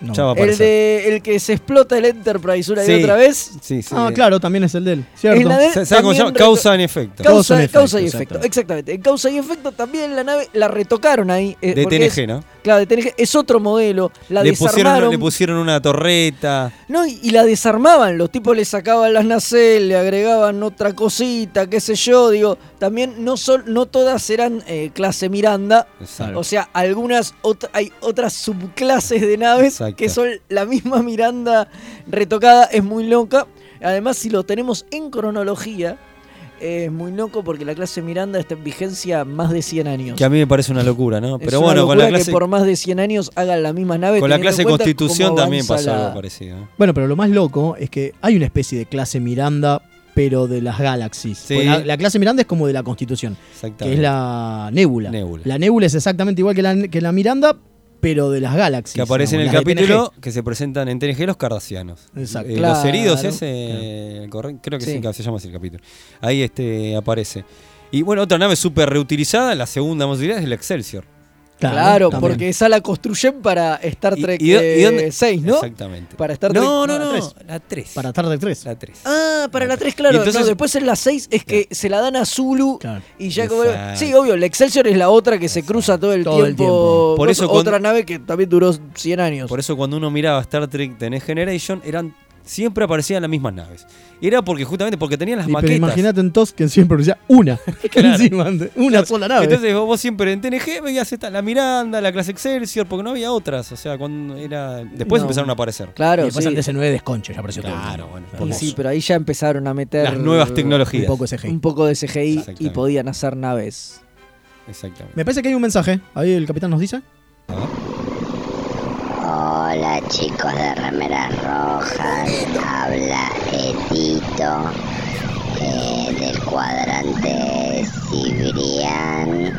S4: no.
S2: Ya va a
S3: El,
S2: aparecer.
S3: de, el que se explota el Enterprise una y
S2: Sí.
S3: otra vez.
S2: Sí, sí.
S4: Ah, claro, también es el de él, ¿cierto?
S3: Es la de-
S2: ¿Sabes cómo se llama?
S3: también
S2: Causa en efecto.
S4: Cau-
S3: Causa,
S4: Causa y
S3: causa y
S4: efecto,
S3: efecto, exactamente. En causa y efecto también la nave la retocaron ahí. eh,
S2: de
S3: porque
S2: TNG,
S3: es-
S2: ¿no?
S3: claro, de TNG. Es otro modelo. La
S2: Le pusieron,
S3: desarmaron.
S2: le pusieron una torreta.
S3: No, y, y la desarmaban. Los tipos le sacaban las nacelles, le agregaban otra cosita, qué sé yo. Digo, también no, sol- no todas eran eh, clase Miranda.
S2: Exacto.
S3: O sea, algunas ot- hay otras subclases de naves
S2: Exacto.
S3: que son la misma Miranda retocada, es muy loca. Además, si lo tenemos en cronología, eh, es muy loco porque la clase Miranda está en vigencia más de 100 años.
S2: Que a mí me parece una locura, ¿no?
S3: Es
S2: Pero
S3: una
S2: bueno, con la
S3: locura
S2: clase,
S3: que por más de 100 años hagan la misma nave.
S2: con la
S3: teniendo
S2: clase
S3: en cuenta
S2: Constitución
S3: cómo
S2: también
S3: avanza
S2: pasó
S3: la-
S2: algo parecido. ¿no?
S4: Bueno, pero lo más loco es que hay una especie de clase Miranda, pero de las galaxies.
S2: Sí.
S4: Porque La, la clase Miranda es como de la Constitución, que
S2: Exactamente.
S4: es la nébula.
S2: Nébula.
S4: La nébula es exactamente igual que la, que la Miranda, pero de las galaxias.
S2: que aparece en el
S4: digamos, las de
S2: capítulo que se presentan en TNG los cardassianos.
S4: Exacto.
S2: Eh, Los
S3: Claro.
S2: heridos, ese. corre- Creo que
S3: Sí.
S2: sí, se llama así el capítulo. Ahí este aparece. Y bueno, otra nave súper reutilizada, la segunda más utilizada es el Excelsior.
S4: TNG.
S3: Claro,
S4: también.
S3: porque esa la construyen para Star
S2: Y-
S3: Trek
S2: y do- y dónde-
S3: 6, ¿no?
S2: Exactamente.
S3: Para Star Trek.
S2: no, no,
S3: la
S2: no,
S3: tres.
S2: la 3.
S4: Para tarde 3.
S2: La 3.
S3: Ah, para la 3, claro.
S2: Y entonces-
S3: no, después en la 6 es que se la dan a Zulu
S4: Claro.
S3: y ya como-
S2: Exacto.
S3: Sí, obvio, el Excelsior es la otra que se cruza todo el
S4: Todo el
S3: tiempo.
S4: tiempo.
S2: Por
S3: Ot-
S2: eso
S3: otra
S2: cuando-
S3: nave que también duró 100 años.
S2: Por eso cuando uno miraba Star Trek The Next Generation, eran, siempre aparecían las mismas naves. Y era porque justamente porque tenían las
S4: Y, pero
S2: maquetas.
S4: imagínate entonces que siempre decía una.
S2: Claro.
S4: Encima, una sola nave.
S2: Entonces vos, vos siempre en TNG veías esta, la Miranda, la clase Excelsior, porque no había otras. O sea, cuando era. Después
S4: No.
S2: empezaron a aparecer.
S4: Y
S3: Claro,
S4: después
S3: sí.
S4: antes en 9 desconcho ya apareció todo.
S2: Claro, bueno,
S3: Y
S4: Hermoso.
S3: sí, pero ahí ya empezaron a meter
S2: Las nuevas tecnologías.
S4: Un poco ese gen.
S3: un poco de CGI y
S2: Exactamente.
S3: podían hacer naves.
S2: Exactamente.
S4: Me parece que hay un mensaje. Ahí el capitán nos dice.
S8: Hola chicos de remeras rojas, habla Edito eh, del cuadrante Cibrián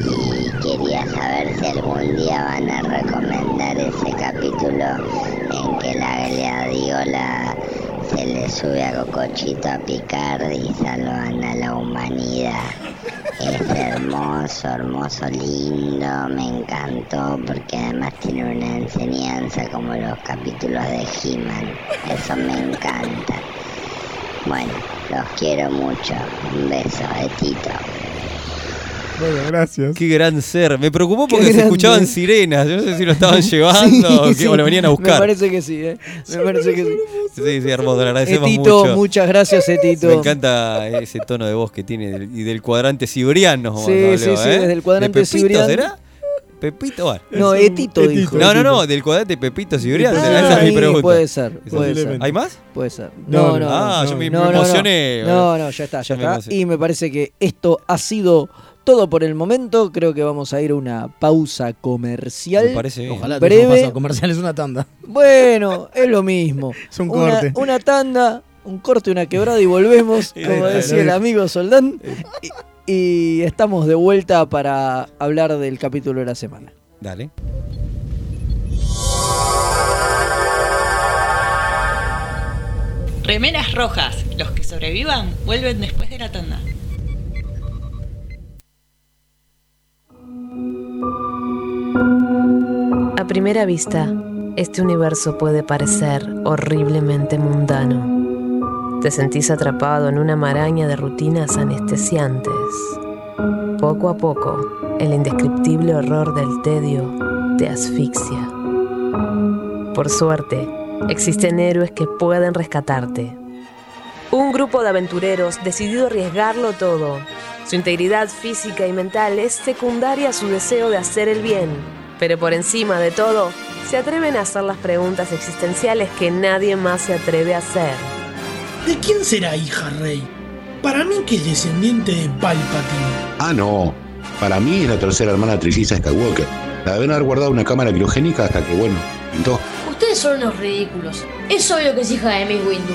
S8: y quería saber si algún día van a recomendar ese capítulo en que la gleadiola se le sube a Cocochito a picar y salvan a la humanidad. Es hermoso, hermoso, lindo, me encantó porque además tiene una enseñanza como los capítulos de He-Man. Eso me encanta. Bueno, los quiero mucho. Un beso, Betito.
S4: Bueno, gracias.
S2: Qué gran ser. Me preocupó
S3: Qué
S2: porque se
S3: grande.
S2: escuchaban sirenas. Yo no sé si lo estaban llevando o, que-
S3: Sí,
S2: o lo venían a
S3: Me
S2: buscar.
S3: parece que sí, ¿eh? Me parece que sí.
S2: Sí, sí, hermoso. Le agradecemos
S3: Etito,
S2: mucho.
S3: Eh, muchas gracias, eh, Etito.
S2: Me encanta ese tono de voz que tiene del- y del cuadrante cibriano.
S3: Sí,
S2: habló,
S3: sí, sí,
S2: ¿eh?
S3: desde el cuadrante
S2: ¿De Pepito
S3: cibriano.
S2: será?
S3: Mm.
S2: ¿Pepito? Bueno.
S3: No,
S4: Es un
S3: Etito,
S4: Etito.
S3: dijo.
S2: No, no, no, del cuadrante Pepito cibriano. será, esa es
S3: Ahí
S2: mi pregunta.
S3: Puede ser,
S2: Esa
S3: puede
S4: es
S3: ser,
S4: elemento.
S2: ¿Hay más?
S3: puede ser.
S4: No,
S3: No, no,
S4: no.
S3: no.
S2: ah, yo me,
S3: No,
S2: me
S3: no, no.
S2: emocioné.
S3: No, no, ya está, ya
S2: Ya me
S3: está.
S2: emocioné.
S3: y me parece que esto ha sido todo por el momento. Creo que vamos a ir a una pausa comercial.
S2: Me parece bien.
S4: Ojalá
S3: Breve.
S4: breve. Paso comercial es una tanda.
S3: Bueno, es lo mismo.
S4: Es un
S3: Una-
S4: corte.
S3: Una, tanda, un corte, una quebrada y volvemos, como decía el amigo Soldán.
S2: Eh.
S3: Y, y estamos de vuelta para hablar del capítulo de la semana.
S2: Dale.
S9: Remeras rojas. Los que sobrevivan vuelven después de la tanda.
S10: A primera vista, este universo puede parecer horriblemente mundano. Te sentís atrapado en una maraña de rutinas anestesiantes. Poco a poco, el indescriptible horror del tedio te asfixia. Por suerte, existen héroes que pueden rescatarte. Un grupo de aventureros decidido a arriesgarlo todo. Su integridad física y mental es secundaria a su deseo de hacer el bien. Pero por encima de todo, se atreven a hacer las preguntas existenciales que nadie más se atreve a hacer.
S11: ¿De quién será hija Rey? Para mí que es descendiente de Palpatine.
S12: Ah, no. Para mí es la tercera hermana trilliza Skywalker. La deben haber guardado en una cámara criogénica hasta que, bueno, pintó.
S10: Ustedes son unos ridículos. Es obvio que es hija de Miss Windu.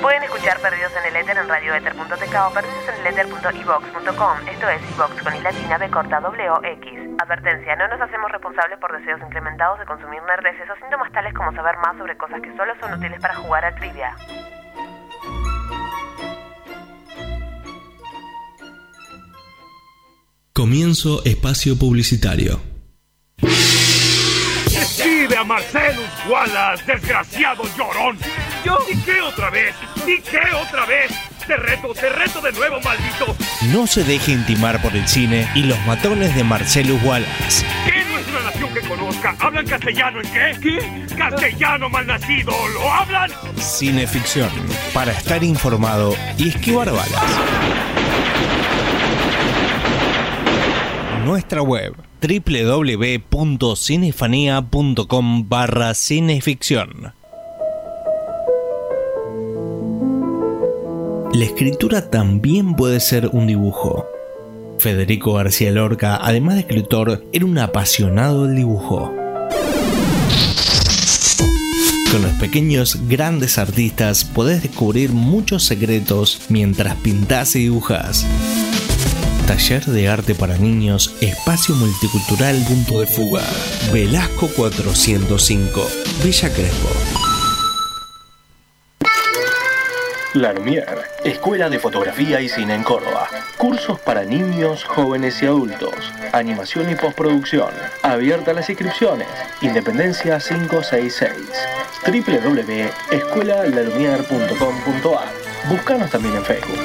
S10: Pueden escuchar Perdidos en el Éter en radioether.tk o perdidoseneleter.evox.com. Esto es iVox con i latina b corta w x. Advertencia, no nos hacemos responsables por deseos incrementados de consumir nerdeces o síntomas tales como saber más sobre cosas que solo son útiles para jugar a trivia.
S11: Comienzo espacio publicitario.
S1: Vive a Marcelus Wallace, desgraciado llorón. Yo qué otra vez, qué otra vez. Te reto, te reto de nuevo, maldito.
S11: No se deje intimar por el cine y los matones de Marcelo Wallace.
S1: ¿Qué no es una nación que conozca? ¿Hablan castellano en qué? ¿Qué? Castellano malnacido, ¿lo hablan?
S11: Cineficción, para estar informado y esquivar balas. Nuestra web www.cinefanía.com barra cineficción. La escritura también puede ser un dibujo.
S13: Federico García Lorca, además de escritor, era un apasionado del dibujo. Con los pequeños grandes artistas podés descubrir muchos secretos mientras pintás y dibujas. Taller de arte para niños, espacio multicultural, punto de fuga. Velasco 405, Villa Crespo.
S14: Larmier, Escuela de Fotografía y Cine en Córdoba. Cursos para niños, jóvenes y adultos. Animación y postproducción. Abierta las inscripciones. Independencia 566. www.escuelalarmier.com.ar. Búscanos también en Facebook.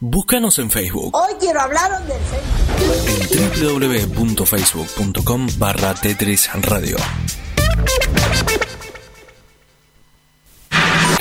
S15: Búscanos en Facebook
S16: Hoy quiero hablaros del
S15: en www.facebook.com barra Tetris Radio.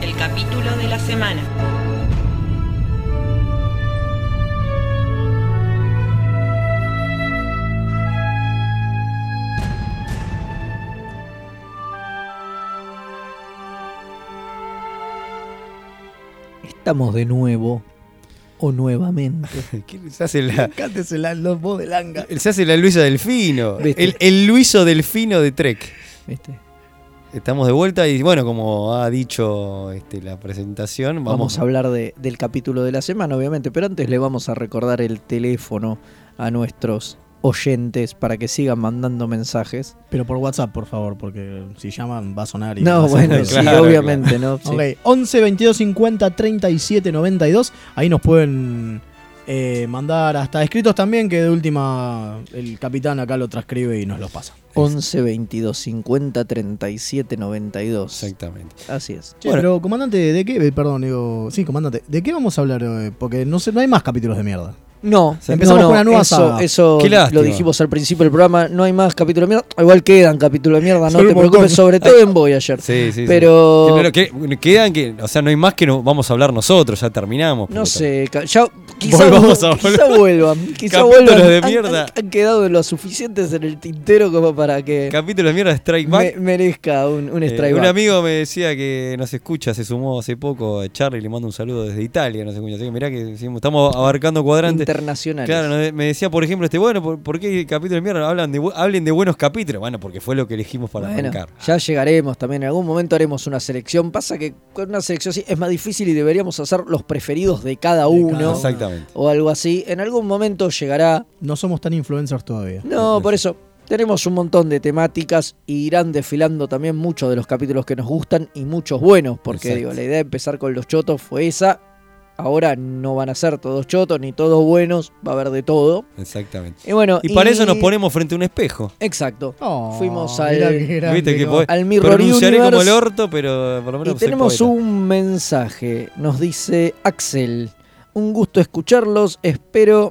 S9: El capítulo de la semana.
S3: Estamos de nuevo o nuevamente.
S2: Se hace la,
S4: Cátesela, los voz de langa.
S2: se hace la Luisa Delfino.
S3: Viste.
S2: El, el Luiso Delfino de Trek.
S3: ¿Viste?
S2: Estamos de vuelta y bueno, como ha dicho este, la presentación,
S3: Vamos,
S2: vamos,
S3: a hablar de- del capítulo de la semana, obviamente, pero antes le vamos a recordar el teléfono a nuestros oyentes para que sigan mandando mensajes.
S4: Pero por WhatsApp, por favor, porque si llaman va a sonar. Y va
S3: No,
S4: a ser
S3: bueno,
S4: ruido.
S3: sí, Claro, obviamente, claro. ¿no? Sí.
S4: Ok, 11 22 50 37 92. Ahí nos pueden eh, mandar hasta escritos también, que de última el capitán acá lo transcribe y nos los pasa.
S3: 11 22 50 37 92. Exactamente. Así es.
S4: Che, pero comandante, ¿de qué? eh, Perdón, digo. Sí, comandante, ¿de qué vamos a hablar hoy? Porque no, sé, no hay más capítulos de mierda.
S3: No,
S4: Empezamos
S3: no, no,
S4: con una nueva
S3: eso,
S4: saga.
S3: eso
S4: Qué lástima.
S3: lo dijimos al principio del programa. No hay más capítulo de mierda. Igual quedan capítulo de mierda, no
S2: Son un
S3: te preocupes,
S2: montón.
S3: sobre todo en Voyager.
S2: Sí, sí, sí.
S3: Pero
S2: Que- que- quedan que, o sea, no hay más que no, vamos a hablar nosotros, ya terminamos.
S3: No sé, ca- ya Quizá,
S2: Volvamos a
S3: quizá
S2: volver.
S3: vuelvan. Quizá
S2: Capítulos
S3: vuelvan.
S2: de
S3: Han- han-
S2: mierda.
S3: Han, quedado lo suficientes en el tintero como para que
S2: Capítulo de mierda, Strike
S3: me-
S2: Back.
S3: merezca un, un
S2: Eh,
S3: strike
S2: un
S3: back.
S2: amigo me decía que nos escucha, se sumó hace poco, eh, Charlie, le mando un saludo desde Italia, nos escucha. Así que mirá que sí, estamos abarcando cuadrantes.
S3: Internacionales.
S2: Claro, nos de- me decía, por ejemplo, este, bueno, ¿por, por qué el capítulo de mierda? Hablan de, bu- hablen de buenos capítulos. Bueno, porque fue lo que elegimos para
S3: Bueno,
S2: arrancar.
S3: ya llegaremos también. En algún momento haremos una selección. Pasa que con una selección así es más difícil y deberíamos hacer los preferidos de cada uno.
S2: Exactamente.
S3: O algo así. En algún momento llegará.
S4: No somos tan influencers todavía.
S3: No, por eso. Tenemos un montón de temáticas y irán desfilando también muchos de los capítulos que nos gustan y muchos buenos. Porque
S2: Exacto.
S3: digo, la idea de empezar con los chotos fue esa. Ahora no van a ser todos chotos ni todos buenos. Va a haber de todo.
S2: Exactamente.
S3: Y bueno,
S2: y para
S3: y-
S2: eso nos ponemos frente a un espejo.
S3: Exacto.
S4: Oh,
S3: Fuimos al,
S4: mirá qué grande,
S2: Viste que
S4: ¿no?
S2: podés-
S3: al Mirror
S2: pronunciaré como el
S3: Universe.
S2: orto, pero por lo
S3: Y
S2: menos soy
S3: tenemos
S2: poeta.
S3: un mensaje, nos dice Axel. Un gusto escucharlos, espero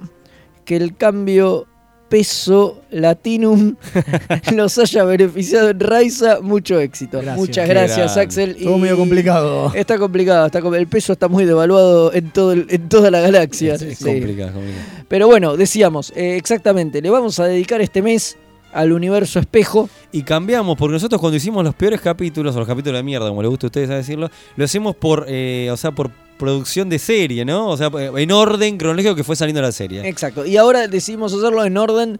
S3: que el cambio peso latinum los haya beneficiado en Raiza. Mucho éxito. Muchas
S4: Qué
S3: gracias,
S4: grande.
S3: Axel.
S4: Estuvo medio complicado.
S3: Está complicado, está com- el peso está muy devaluado en, todo el- en toda la galaxia.
S2: Es
S3: Sí.
S2: complicado, es complicado.
S3: Pero bueno, decíamos, eh, exactamente, le vamos a dedicar este mes al universo espejo.
S2: Y cambiamos, porque nosotros cuando hicimos los peores capítulos, o los capítulos de mierda, como les gusta a ustedes a decirlo, lo hacemos por, eh, o sea, por producción de serie, ¿no? O sea, eh, en orden cronológico que fue saliendo la serie.
S3: Exacto. Y ahora decidimos hacerlo en orden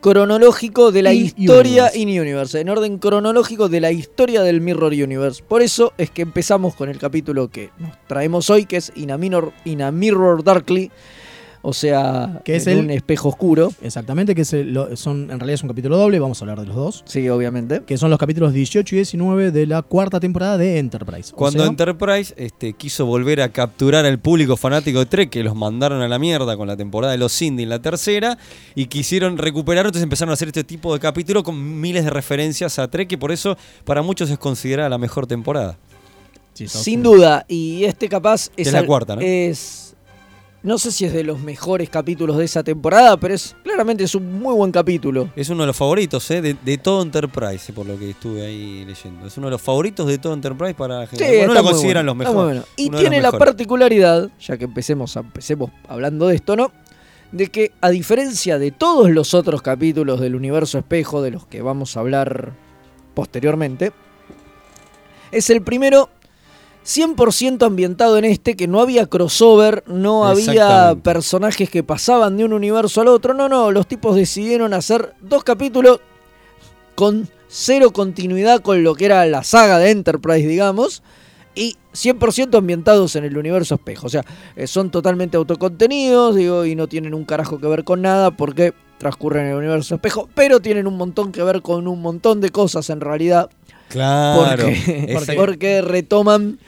S3: cronológico de la
S4: In
S3: historia in universe, en orden cronológico de la historia del Mirror Universe. Por eso es que empezamos con el capítulo que nos traemos hoy, que es In a Minor- In a Mirror Darkly, o sea,
S4: Que es
S3: en
S4: el-
S3: un espejo oscuro.
S4: Exactamente, que se lo- son, en realidad es un capítulo doble, vamos a hablar de los dos.
S3: Sí, obviamente.
S4: Que son los capítulos 18 y 19 de la cuarta temporada de Enterprise. O
S2: Cuando
S4: sea,
S2: Enterprise este, quiso volver a capturar al público fanático de Trek, que los mandaron a la mierda con la temporada de los Indy en la tercera, y quisieron recuperar, entonces empezaron a hacer este tipo de capítulo con miles de referencias a Trek, y por eso para muchos es considerada la mejor temporada.
S3: Sin duda, y este capaz
S2: es la cuarta, ¿no?
S3: es- no sé si es de los mejores capítulos de esa temporada, pero es claramente es un muy buen capítulo.
S2: Es uno de los favoritos eh, de, de todo Enterprise, por lo que estuve ahí leyendo. Es uno de los favoritos de todo Enterprise para la
S3: Sí,
S2: gente. Bueno, no
S3: está
S2: lo
S3: muy
S2: consideran
S3: bueno,
S2: los
S3: está
S2: mejores.
S3: muy bueno. Y
S2: uno de los
S3: tiene la
S2: mejores.
S3: particularidad, ya que empecemos, a- empecemos hablando de esto, ¿no? De que a diferencia de todos los otros capítulos del universo espejo, de los que vamos a hablar posteriormente, es el primero 100% ambientado en este, que no había crossover, no había
S2: Exactamente.
S3: personajes que pasaban de un universo al otro, no, no, los tipos decidieron hacer dos capítulos con cero continuidad con lo que era la saga de Enterprise, digamos, y 100% ambientados en el universo espejo. O sea, eh, son totalmente autocontenidos, digo, y no tienen un carajo que ver con nada porque transcurren en el universo espejo, pero tienen un montón que ver con un montón de cosas en realidad,
S2: Claro.
S3: porque,
S2: Esa-
S3: porque retoman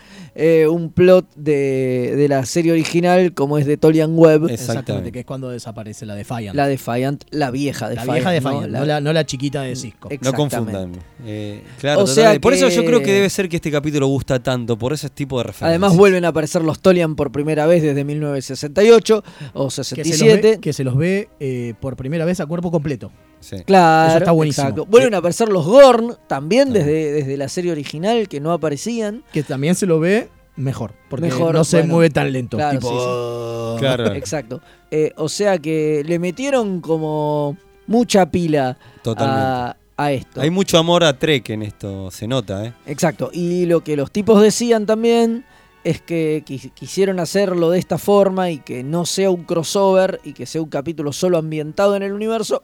S3: eh, un plot de, de la serie original como es de Tolian Webb,
S4: Exactamente, que es cuando desaparece la Defiant.
S3: la Defiant, la vieja
S4: La
S3: Defiant.
S4: vieja
S3: ¿no?
S4: Defiant,
S3: La-
S4: no, la, no la chiquita de Cisco.
S2: No
S3: Exactamente.
S2: confundan. Eh, claro,
S3: O sea
S2: totalmente. Por eso
S3: que-
S2: yo creo que debe ser que este capítulo gusta tanto, por ese tipo de referencias.
S3: Además vuelven a aparecer los Tolian por primera vez desde 1968 o
S4: Que se los
S3: 67.
S4: ve, que se los ve eh, por primera vez a cuerpo completo.
S2: Sí.
S3: Claro,
S4: Eso está buenísimo.
S3: exacto. Vuelven a aparecer los Gorn también desde, desde la serie original que no aparecían.
S4: Que también se lo ve mejor. Porque
S3: Mejor,
S4: no se
S3: bueno,
S4: mueve tan lento.
S3: claro,
S4: tipo,
S3: sí, sí.
S4: "Oh".
S2: Claro.
S3: Exacto. Eh, o sea que le metieron como mucha pila a,
S2: Totalmente.
S3: a esto.
S2: Hay mucho amor a Trek en esto, se nota, ¿eh?
S3: Exacto. Y lo que los tipos decían también es que qui- quisieron hacerlo de esta forma y que no sea un crossover y que sea un capítulo solo ambientado en el universo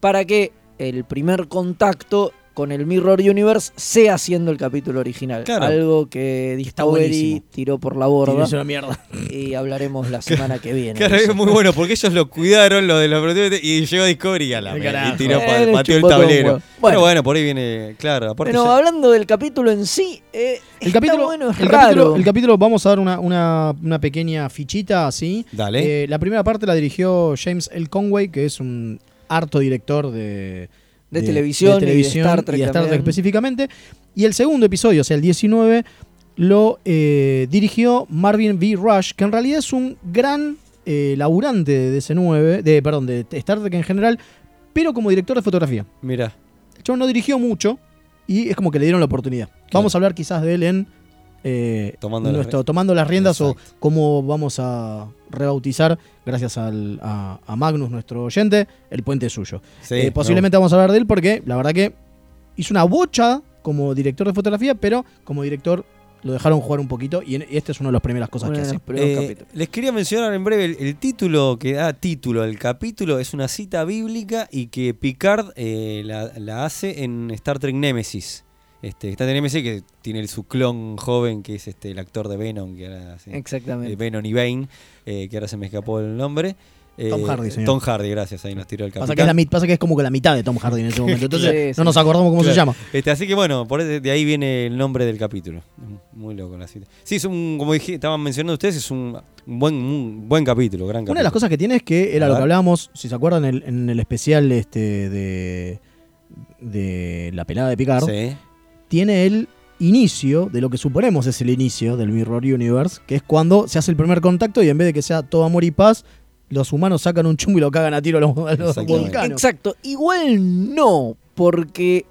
S3: para que el primer contacto con el Mirror Universe sea siendo el capítulo original.
S4: Claro.
S3: Algo que Discovery
S4: buenísimo.
S3: tiró por la borda.
S4: Tiró eso a la mierda.
S3: Y hablaremos la semana que viene.
S2: Claro,
S3: de eso.
S2: es muy bueno porque ellos lo cuidaron, lo de los protestantes, y llegó Discovery y a la
S4: El
S2: mierda,
S4: carajo.
S2: y tiró pa-
S3: Eh, le
S2: pateó el
S3: chupó todo un
S2: tablero.
S3: huevo.
S2: Pero
S3: Bueno.
S2: bueno, por ahí viene, claro, aparte
S3: Bueno,
S2: ya-
S3: hablando del capítulo en sí, eh,
S4: El
S3: está
S4: capítulo,
S3: bueno, es
S4: el,
S3: raro.
S4: capítulo, el capítulo, vamos a dar una, una- una pequeña fichita así.
S2: Dale.
S4: Eh, la primera parte la dirigió James L. Conway, que es un harto director de,
S3: De televisión y de Star Trek también.
S4: específicamente. Y el segundo episodio, o sea, el 19, lo eh, dirigió Marvin V. Rush, que en realidad es un gran eh, laburante de DC9, de, perdón, de Star Trek en general, pero como director de fotografía.
S2: Mirá,
S4: El chabón no dirigió mucho y es como que le dieron la oportunidad. Vamos a hablar quizás de él en eh,
S2: Tomando las
S4: nuestro,
S2: riendas.
S4: tomando las riendas o cómo vamos a rebautizar, gracias al- a, a Magnus, nuestro oyente, el puente suyo.
S2: Sí,
S4: Eh,
S2: me
S4: posiblemente vamos a hablar de él porque la verdad que hizo una bocha como director de fotografía, pero como director lo dejaron jugar un poquito y, en- y este es una de las primeras cosas que hace.
S2: Eh, les quería mencionar en breve el, el título que da título al capítulo es una cita bíblica y que Picard eh, la, la hace en Star Trek Nemesis. Este, Star Trek Nemesis que tiene su clon joven que es este el actor de Venom que ahora hace-
S3: Exactamente.
S2: eh, Venom y Bane eh, que ahora se me escapó el nombre. Eh,
S4: Tom Hardy, señor.
S2: Tom Hardy, gracias, ahí nos tiró el capitán.
S4: Pasa que, es la mit- pasa que es como que la mitad de Tom Hardy en ese momento. Entonces
S2: Sí, sí.
S4: no nos acordamos cómo se
S2: Claro.
S4: llama.
S2: Este, así que bueno, por de, de ahí viene el nombre del capítulo. Muy loco la cita. Sí, es un, como dije, estaban mencionando ustedes, es un, un buen, un buen capítulo, gran capítulo.
S4: Una de las cosas que tiene es que era
S2: A
S4: lo que
S2: ver.
S4: hablábamos, si se acuerdan, en el, en el especial este de, de la pelada de Picard.
S2: Sí.
S4: Tiene el inicio de lo que suponemos es el inicio del Mirror Universe, que es cuando se hace el primer contacto y en vez de que sea todo amor y paz, los humanos sacan un chumbo y lo cagan a tiro a los, a los vulcanos.
S3: Exacto. Igual no, porque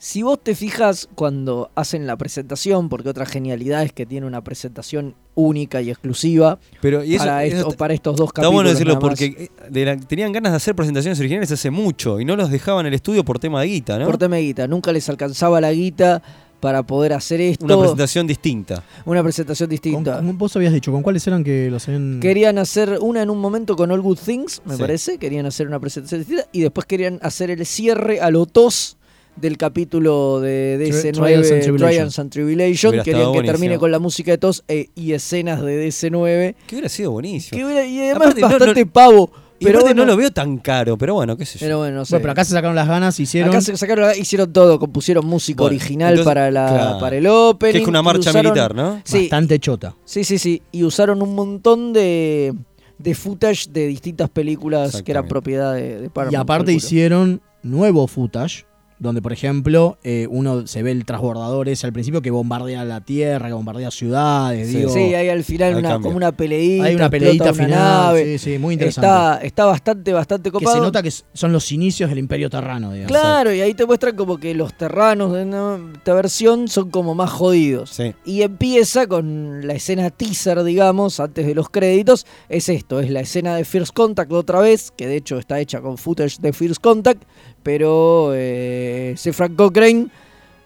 S3: si vos te fijas cuando hacen la presentación, porque otra genialidad es que tiene una presentación única y exclusiva
S2: Pero, y eso-
S3: para,
S2: eso
S3: esto-
S2: está-
S3: para estos dos
S2: Está
S3: capítulos.
S2: bueno decirlo
S3: nada más.
S2: porque eh, de la- tenían ganas de hacer presentaciones originales hace mucho y no los dejaban en el estudio por tema de guita, ¿no?
S3: Por tema de guita, nunca les alcanzaba la guita para poder hacer esto.
S2: Una presentación distinta.
S3: Una presentación distinta.
S4: ¿Cómo Vos habías dicho, ¿con cuáles eran que los
S2: Mm.
S4: habían...?
S3: Querían hacer una en un momento con All Good Things, me
S4: Sí.
S3: parece. Querían hacer una presentación distinta. Y después querían hacer el cierre a lo tos del capítulo
S4: Tri-
S3: de DC9,
S4: Trials and Tribulation.
S3: Trials and Tribulation.
S2: Hubiera
S3: Querían
S2: estado
S3: que termine
S2: buenísimo.
S3: con la música de tos eh, y escenas de DC9.
S2: Que hubiera sido buenísimo.
S3: Que hubiera- y además
S2: Aparte, no-
S3: bastante
S2: no-
S3: pavo.
S2: Y
S3: Pero
S2: aparte no
S3: bueno,
S2: lo veo tan caro, pero bueno, qué sé yo.
S3: Pero bueno, no sé.
S4: Bueno, pero acá se sacaron las ganas, hicieron...
S3: Acá se sacaron, la- hicieron todo, compusieron música
S4: Bueno,
S3: original
S4: entonces,
S3: para, la,
S4: claro.
S3: para el opening.
S2: Que es una
S3: y
S2: marcha
S3: usaron-
S2: militar, ¿no?
S3: Sí,
S4: Bastante chota.
S3: Sí, sí, sí. Y usaron un montón de, de footage de distintas películas que eran propiedad de, de Paramount.
S4: Y aparte
S3: calculo.
S4: hicieron nuevo footage, donde por ejemplo eh, uno se ve el transbordador ese al principio que bombardea la tierra, que bombardea ciudades.
S3: Sí,
S4: digo.
S3: sí, hay al final
S4: Hay
S3: una-
S4: cambio.
S3: como una peleita.
S4: Hay una peleita
S3: explota
S4: final,
S3: nave.
S4: sí, sí, muy interesante.
S3: Está, está bastante, bastante
S4: que
S3: copado.
S4: se nota que s- son los inicios del imperio terrano. digamos.
S3: Claro, y ahí te muestran como que los terranos de una- esta versión son como más jodidos. Y empieza con la escena teaser, digamos, antes de los créditos. Es esto, es la escena de First Contact otra vez, que de hecho está hecha con footage de First Contact, pero eh, ese Frank Cochrane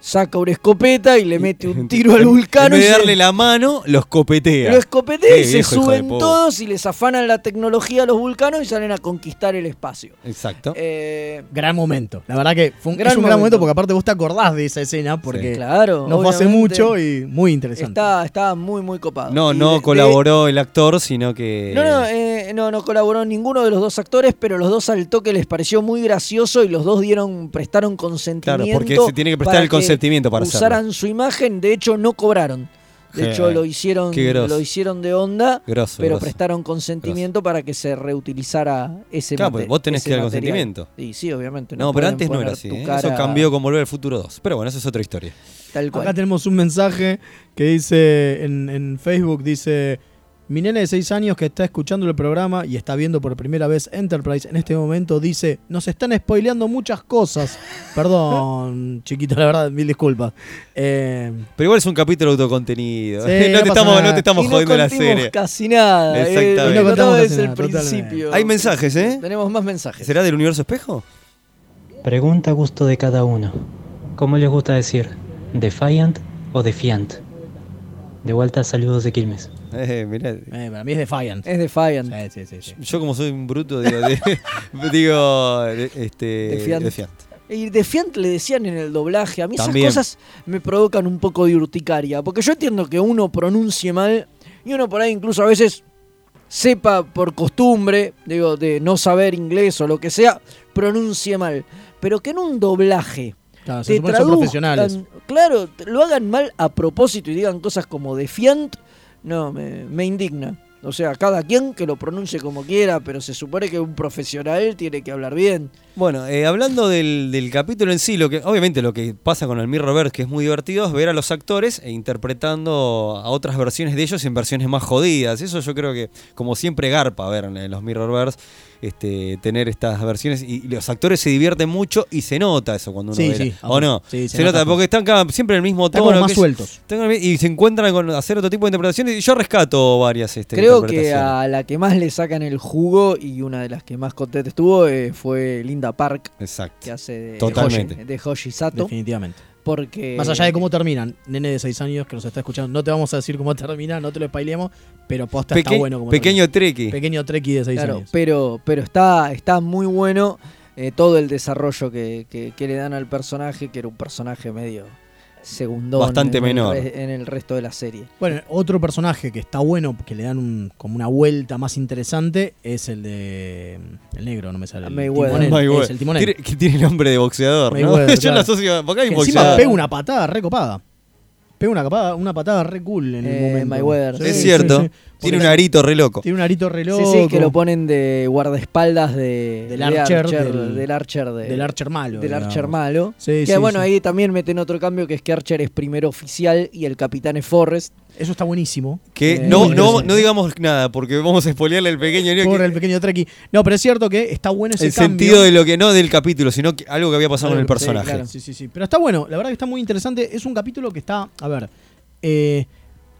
S3: saca una escopeta y le mete un tiro al vulcano.
S2: En vez
S3: y
S2: de
S3: se-
S2: darle la mano, los copetea.
S3: lo escopetea y
S2: Qué
S3: se
S2: viejo hijo de
S3: suben
S2: puta.
S3: todos y les afanan la tecnología a los vulcanos y salen a conquistar el espacio.
S2: Exacto.
S3: Eh,
S4: Gran momento. La verdad que fue un,
S3: Gran
S4: es un gran momento
S3: momento.
S4: porque aparte vos te acordás de esa escena porque
S3: Sí. Claro,
S4: no fue hace
S3: obviamente.
S4: mucho y muy interesante.
S3: Está, está muy, muy copado.
S2: No,
S3: Y
S2: no
S3: de- de-
S2: colaboró el actor, sino que.
S3: No, no, eh, no, no colaboró ninguno de los dos actores, pero los dos al toque les pareció muy gracioso y los dos dieron, prestaron consentimiento.
S2: porque se tiene que prestar
S3: para
S2: el consentimiento para hacerlo.
S3: Usaran su imagen, de hecho no cobraron. De
S2: Je,
S3: hecho lo hicieron,
S2: qué grosso.
S3: lo hicieron de onda,
S2: Grosso,
S3: pero
S2: grosso,
S3: prestaron consentimiento para que se reutilizara ese
S2: Claro,
S3: mate-
S2: pues vos tenés
S3: ese
S2: que dar
S3: material.
S2: consentimiento.
S3: Y sí, obviamente.
S2: No, pero
S3: pueden
S2: antes no
S3: poner
S2: era así.
S3: tu
S2: ¿eh? Eso
S3: cara
S2: cambió con Volver al Futuro 2. Pero bueno, esa es otra historia.
S3: Tal cual.
S4: Acá tenemos un mensaje que dice en, en Facebook, dice, mi nene de 6 años que está escuchando el programa y está viendo por primera vez Enterprise en este momento, dice, nos están spoileando muchas cosas. Perdón, chiquito, la verdad, mil disculpas. Eh,
S3: Em.
S2: Pero igual es un capítulo autocontenido.
S4: Sí,
S2: no, te
S4: no pasa
S2: estamos,
S4: nada.
S2: no te estamos
S4: Y no
S2: jodiendo la
S4: contimos
S2: serie.
S3: casi nada. eh,
S2: Exactamente.
S3: lo
S2: No contamos
S3: desde
S2: casi
S3: el
S2: nada,
S3: principio.
S2: Hay mensajes, ¿eh?
S3: Tenemos más mensajes.
S2: ¿Será del universo espejo?
S6: Pregunta a gusto de cada uno. ¿Cómo les gusta decir? ¿Defiant o Defiant? De vuelta, saludos de Quilmes.
S2: Eh, mirá.
S4: para mí es Defiant.
S3: Es Defiant.
S4: Sí, sí, sí, sí.
S2: Yo, como soy un bruto, digo. de- digo de- este,
S3: Defiant.
S2: Defiant.
S3: Y Defiant le decían en el doblaje. A mí
S2: También.
S3: esas cosas me provocan un poco de urticaria. Porque yo entiendo que uno pronuncie mal y uno por ahí incluso a veces sepa por costumbre, digo, de no saber inglés o lo que sea, pronuncie mal. Pero que en un doblaje
S4: Claro, se
S3: te
S4: supone que Ah, son
S3: traduzcan-
S4: profesionales.
S3: Claro, te- lo hagan mal a propósito y digan cosas como Defiant, no, me, me indigna. O sea, cada quien que lo pronuncie como quiera, pero se supone que un profesional tiene que hablar bien.
S2: Bueno, eh, hablando del, del capítulo en sí, lo que obviamente lo que pasa con el Mirrorverse, que es muy divertido, es ver a los actores e interpretando a otras versiones de ellos en versiones más jodidas. Eso yo creo que, como siempre, garpa ver en los Mirrorverse, este, tener estas versiones. Y los actores se divierten mucho y se nota eso cuando uno
S4: Sí,
S2: ve la-
S4: sí,
S2: ¿O no?
S4: sí,
S2: se, nota, porque están cada- siempre en el mismo
S4: Están
S2: tono.
S4: como más
S2: que es-
S4: sueltos.
S2: están- y se encuentran con hacer otro tipo de interpretaciones. Y yo rescato varias. Este,
S3: Creo que
S2: interpretaciones.
S3: a la que más le sacan el jugo y una de las que más contenta estuvo eh, fue Linda Park,
S2: Exacto.
S3: que hace de,
S2: Totalmente.
S3: Hoshi- de Hoshi Sato.
S4: Definitivamente.
S3: Porque
S4: Más allá de cómo terminan, nene de 6 años que nos está escuchando, no te vamos a decir cómo termina, no te lo spoileamos, pero posta está
S2: Peque-
S4: bueno como
S2: pequeño
S4: termina.
S2: trequi.
S4: Pequeño treki de 6
S3: Claro,
S4: años.
S3: pero, pero está, está muy bueno eh, todo el desarrollo que, que- que le dan al personaje, que era un personaje medio segundón.
S2: Bastante
S3: en el
S2: menor.
S3: re- en el resto de la serie.
S4: Bueno, otro personaje que está bueno, que le dan un- como una vuelta más interesante, es el de. El negro, no me sale. El
S3: Ah, Mayweather.
S4: timonel,
S2: Mayweather.
S4: es el timonel.
S2: Tiene- que tiene nombre de boxeador, ¿no?
S4: Mayweather,
S2: Yo
S4: claro.
S2: la asocio. Porque hay
S4: Que
S2: un
S4: encima
S2: boxeador.
S4: pega una patada recopada. Pega una, capada, una patada re cool en el
S3: Eh,
S4: momento.
S3: Mayweather.
S4: Sí,
S2: Es
S4: sí,
S2: cierto.
S4: sí.
S2: Tiene un
S4: Porque-
S2: arito re loco.
S4: Tiene un arito re
S3: Sí,
S4: loco.
S3: sí, que lo ponen de guardaespaldas de,
S4: Del
S3: de
S4: Archer, del-
S3: del, Archer de-
S4: del Archer malo,
S3: Del
S4: digamos.
S3: Archer malo.
S4: Sí,
S3: que
S4: sí,
S3: bueno,
S4: sí.
S3: ahí también meten otro cambio que es que Archer es primero oficial y el capitán es Forrest.
S4: Eso está buenísimo.
S2: Que
S3: Eh,
S2: no,
S4: muy
S2: no,
S4: interesante.
S2: no digamos nada, porque vamos a spoilearle el pequeño. niño
S4: Por
S2: que-
S4: el pequeño Treki. No, pero es cierto que está bueno ese
S2: el
S4: cambio.
S2: sentido de lo que no del capítulo, sino que algo que había pasado con el
S4: Claro,
S2: personaje.
S4: Sí, claro. sí, sí, sí. Pero está bueno, la verdad que está muy interesante. Es un capítulo que está. A ver. eh,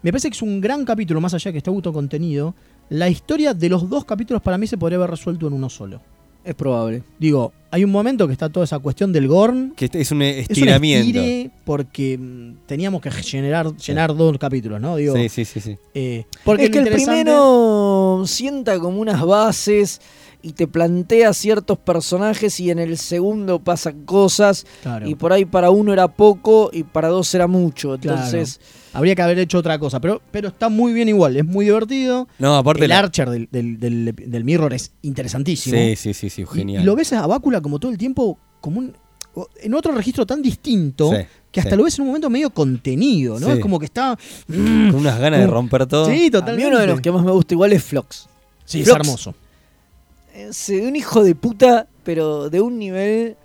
S4: me parece que es un gran capítulo, más allá de que está gusto contenido. La historia de los dos capítulos para mí se podría haber resuelto en uno solo.
S3: Es probable.
S4: Digo, hay un momento que está toda esa cuestión del Gorn.
S2: Que este es un
S4: Es un
S2: estiramiento.
S4: estire porque mm, teníamos que generar, llenar dos capítulos, ¿no? Digo,
S2: Sí, sí, sí, sí.
S4: eh, porque
S3: es
S4: lo
S3: que el
S4: interesante-
S3: primero sienta como unas bases y te plantea ciertos personajes y en el segundo pasan cosas
S4: Claro.
S3: y por ahí para uno era poco y para dos era mucho.
S4: Claro.
S3: Entonces,
S4: Habría que haber hecho otra cosa, pero, pero está muy bien igual, es muy divertido.
S2: No, aparte
S4: el
S2: la-
S4: Archer del, del- del- del Mirror es interesantísimo.
S2: Sí, sí, sí, sí,
S4: Y-
S2: genial.
S4: Y lo ves a Bácula como todo el tiempo, como un, en otro registro tan distinto,
S2: Sí,
S4: que hasta
S2: sí.
S4: lo ves en un momento medio contenido, ¿no?
S2: Sí.
S4: Es como que está...
S2: Con unas ganas de
S4: Mm.
S2: romper todo.
S4: Sí,
S3: a mí
S4: totalmente.
S3: uno de los que más me gusta igual es Flox.
S4: Sí, es
S3: Flox.
S4: hermoso.
S3: Es eh, un hijo de puta, pero de un nivel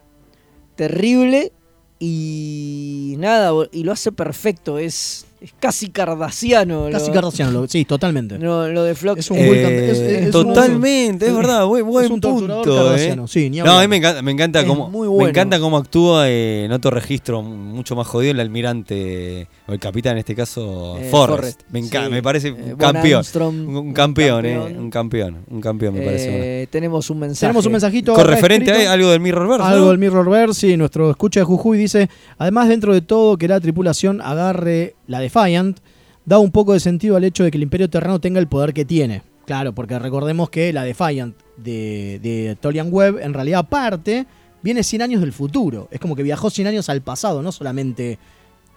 S3: terrible. Y nada, bo- y lo hace perfecto. Es, es casi cardasiano.
S4: Casi
S3: lo,
S4: Cardassiano, lo- sí, totalmente.
S3: no, lo de Flox.
S4: Es un
S2: Eh,
S4: buen campe- es- es- es un-
S2: totalmente, es
S4: es-
S2: verdad, buen, buen
S4: es un torturador
S2: punto. eh.
S4: cardassiano, sí, ni
S2: no, a mí
S4: hablar.
S2: me encanta, me encanta
S3: Es
S2: cómo
S3: muy bueno.
S2: me encanta cómo actúa eh, en otro registro mucho más jodido el almirante o el capitán en este caso
S3: Eh,
S2: Forrest.
S3: Forrest,
S2: Me encanta,
S3: sí.
S2: me parece
S3: Eh,
S2: un
S3: Von
S2: campeón,
S3: Armstrong,
S2: un,
S3: un
S2: campeón, eh,
S3: campeón.
S2: un campeón, un campeón me parece. bueno.
S3: Eh, tenemos un mensaje.
S4: Tenemos un mensajito.
S2: Con
S4: acá
S2: referente
S4: escrito.
S2: a algo del Mirrorverse, ¿no?
S4: Algo del Mirrorverse, sí, nuestro escucha de Jujuy dice, además dentro de todo que la tripulación agarre la Defiant, da un poco de sentido al hecho de que el Imperio Terrano tenga el poder que tiene. Claro, porque recordemos que la Defiant de, de Tolian Webb en realidad parte, viene 100 años del futuro. Es como que viajó 100 años al pasado, no solamente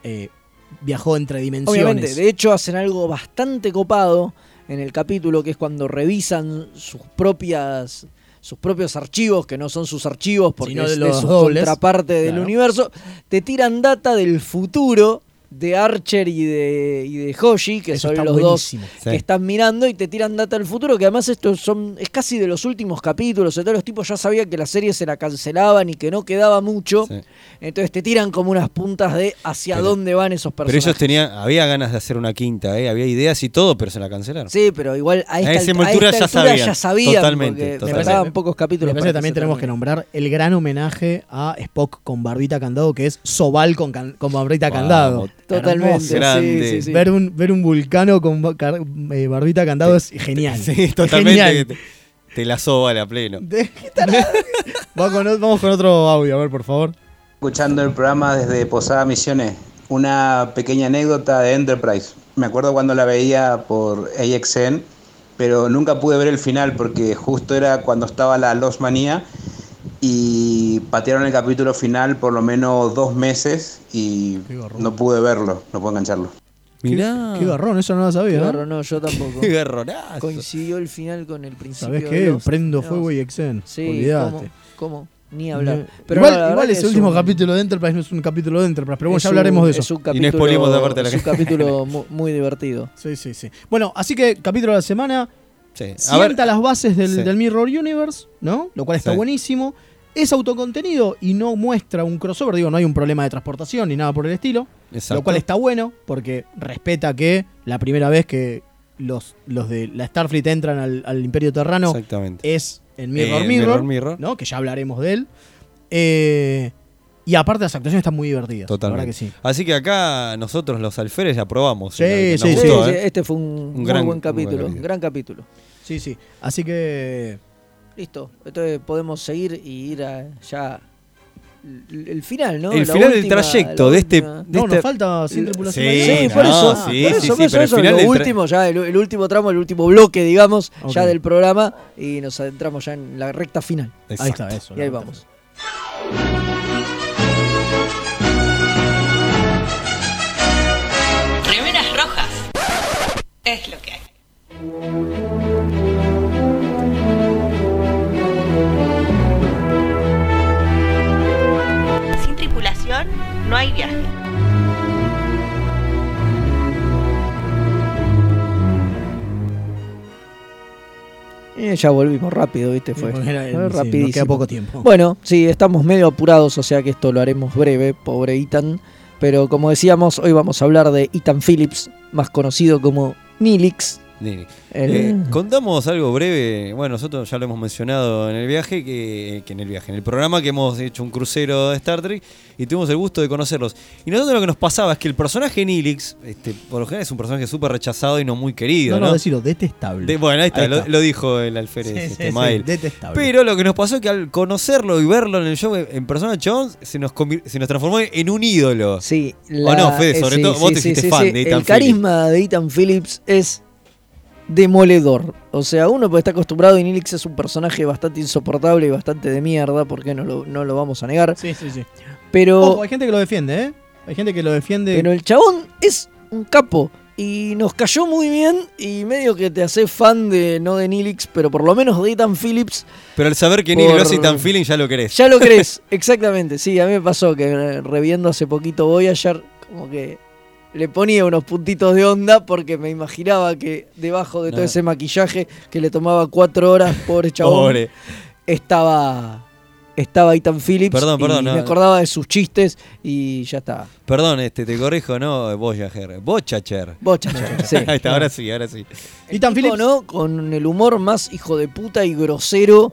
S4: eh, viajó entre dimensiones.
S3: Obviamente, de hecho hacen algo bastante copado en el capítulo, que es cuando revisan sus propias sus propios archivos, que no son sus archivos porque
S4: Sino de
S3: es de
S4: los
S3: su
S4: dobles.
S3: contraparte del
S4: Claro.
S3: universo, te tiran data del futuro de Archer y de, y de Hoshi, que
S4: Eso
S3: son
S4: está
S3: los
S4: buenísimo.
S3: dos
S2: Sí.
S3: que están mirando y te tiran data del futuro, que además esto son, es casi de los últimos capítulos, entonces los tipos ya sabían que la serie se la cancelaban y que no quedaba mucho,
S2: Sí.
S3: entonces te tiran como unas puntas de hacia
S2: Pero-
S3: dónde van esos
S2: Pero
S3: personajes.
S2: ellos tenían, había ganas de hacer una quinta, eh, había ideas y todo, pero se la cancelaron.
S3: Sí, pero igual a esta,
S2: A esa
S3: alt-
S2: envoltura
S3: esta
S2: ya
S3: altura
S2: sabían.
S3: ya sabían,
S2: Totalmente,
S3: porque
S2: totalmente.
S3: Me faltaban pocos
S4: Me
S3: capítulos.
S4: parece
S3: para
S4: que también tenemos que
S3: se
S4: nombrar el gran homenaje a Spock con barbita candado, que es Sobal con, can- con barbita
S2: Vamos,
S4: candado.
S3: Totalmente,
S4: Hermoso.
S3: sí,
S2: Grande.
S3: sí, sí.
S4: Ver, un, ver un vulcano con ba- car- eh, barbita candado es genial.
S2: Sí, totalmente.
S4: Genial.
S2: que Te, te la soba la pleno.
S4: De- ¿Qué tal? Vamos con o- vamos con otro audio, a ver, por favor.
S16: Escuchando el programa desde Posada Misiones, una pequeña anécdota de Enterprise. Me acuerdo cuando la veía por AXN, pero nunca pude ver el final porque justo era cuando estaba la Lost Manía y patearon el capítulo final por lo menos dos meses y no pude verlo, no pude engancharlo.
S2: Mirá.
S4: Qué, qué garrón, eso no lo sabía. ¿eh? ¿no?
S3: Claro, no, yo tampoco.
S2: Qué garronazo.
S3: Coincidió el final con el principio.
S4: ¿Sabés
S3: de
S4: qué?
S3: Lost.
S4: Prendo
S3: No,
S4: fuego y Exen.
S3: Sí,
S4: Olvídate.
S3: ¿cómo? ¿Cómo? Ni hablar.
S4: No.
S3: Pero
S4: igual
S3: no, la
S4: igual
S3: verdad
S4: ese
S3: que es
S4: último
S3: un-
S4: capítulo de Enterprise no es un capítulo de Enterprise, pero bueno,
S3: es
S4: ya
S3: un-
S4: hablaremos de eso.
S3: Es un capítulo,
S2: spoilemos de parte de la
S3: es
S2: gente.
S3: un capítulo mu- muy divertido.
S4: Sí, sí, sí. Bueno, así que capítulo de la semana.
S2: Sí. A ver,
S4: Sienta las bases del,
S2: sí.
S4: del Mirror Universe, ¿no? Lo cual está
S2: Sí.
S4: buenísimo. Es autocontenido y no muestra un crossover. Digo, no hay un problema de transportación ni nada por el estilo.
S2: Exacto.
S4: Lo cual está bueno porque respeta que la primera vez que los, los de la Starfleet entran al, al Imperio Terrano
S2: Exactamente.
S4: es en Mirror
S2: Eh,
S4: Mirror,
S2: Mirror Mirror.
S4: ¿no? Que ya hablaremos de él. Eh, y aparte las actuaciones están muy divertidas. la verdad
S2: Totalmente.
S4: que sí.
S2: Así que acá nosotros los alférez aprobamos.
S4: Sí,
S2: la verdad que nos
S4: sí,
S3: Sí,
S2: gustó,
S3: sí,
S2: ¿eh?
S3: este fue un, muy
S2: gran-
S3: buen
S2: muy
S3: capítulo,
S2: buen
S3: gran capítulo.
S4: Sí, sí. Así que
S3: Listo, entonces podemos seguir y ir a ya l- el final, ¿no?
S2: El
S3: La
S2: final del
S3: última-
S2: trayecto
S3: la
S2: de este-
S3: última-
S2: de No, nos este-
S4: falta sin tripulación
S2: Sí,
S3: Sí, por
S2: no,
S3: eso,
S2: sí,
S3: por
S2: sí,
S3: eso,
S2: sí,
S3: por
S2: pero
S3: eso,
S2: el
S3: eso,
S2: final
S3: lo
S2: del tra-
S3: último, ya el, el último tramo, el último bloque, digamos, ya
S4: Ok.
S3: del programa y nos adentramos ya en la recta final.
S4: Ahí está, eso,
S3: Y
S4: la
S3: ahí
S4: recta
S3: vamos.
S9: Remeras rojas. Es lo que hay. Sin tripulación no hay viaje.
S3: Eh, ya volvimos rápido, ¿viste?
S4: Sí,
S3: Fue,
S4: porque era el-
S3: fue
S4: sí, nos
S3: rapidísimo.
S4: queda poco tiempo.
S3: Bueno, sí, estamos medio apurados, o sea que esto lo haremos breve, pobre Ethan. Pero como decíamos, hoy vamos a hablar de Ethan Phillips, más conocido como Nilix.
S2: Nini.
S3: El-
S2: Eh, contamos algo breve. Bueno, nosotros ya lo hemos mencionado en el viaje, que, que en el viaje, en el programa que hemos hecho un crucero de Star Trek y tuvimos el gusto de conocerlos. Y nosotros lo que nos pasaba es que el personaje Nilix, este, por lo general es un personaje súper rechazado y no muy querido.
S4: no,
S2: No,
S4: no, decirlo, detestable.
S2: De- bueno, ahí está,
S4: Ahí
S2: lo-
S4: está.
S2: Lo, dijo el alférez,
S4: Sí,
S2: este,
S4: sí, sí,
S2: Mael.
S4: detestable.
S2: Pero lo que nos pasó es que al conocerlo y verlo en el show en persona, Jones se nos, convir- se nos transformó en un ídolo.
S3: Sí,
S2: O
S3: la-
S2: oh,
S3: eh,
S2: no, Fede, sobre
S3: sí,
S2: todo vos
S3: sí,
S2: te
S3: sí,
S2: hiciste
S3: sí,
S2: fan
S3: sí.
S2: de Ethan
S3: El carisma de Ethan Phillips es demoledor. O sea, uno puede estar acostumbrado y Nilix es un personaje bastante insoportable y bastante de mierda, porque no lo, no lo vamos a negar.
S4: Sí, sí, sí.
S3: Pero,
S4: Ojo, hay gente que lo defiende, ¿eh? Hay gente que lo defiende.
S3: pero el chabón es un capo. Y nos cayó muy bien y medio que te hace fan de, no de Nilix, pero por lo menos de Ethan Phillips.
S2: Pero al saber que Nilix
S3: Por-
S2: lo hace tan feeling, ya lo querés.
S3: Ya lo crees, exactamente. Sí, a mí me pasó que eh, reviendo hace poquito Voyager, como que le ponía unos puntitos de onda porque me imaginaba que debajo de todo
S2: No.
S3: ese maquillaje que le tomaba cuatro horas, pobre chabón,
S2: Pobre.
S3: estaba estaba Ethan Phillips
S2: Perdón, perdón,
S3: y
S2: no,
S3: me
S2: no.
S3: acordaba de sus chistes y ya estaba.
S2: Perdón, este, te corrijo, no Voyager, Bochacher.
S3: Bochacher, sí.
S2: Ahí está, ahora sí, ahora sí.
S3: Ethan Phillips no con el humor más hijo de puta y grosero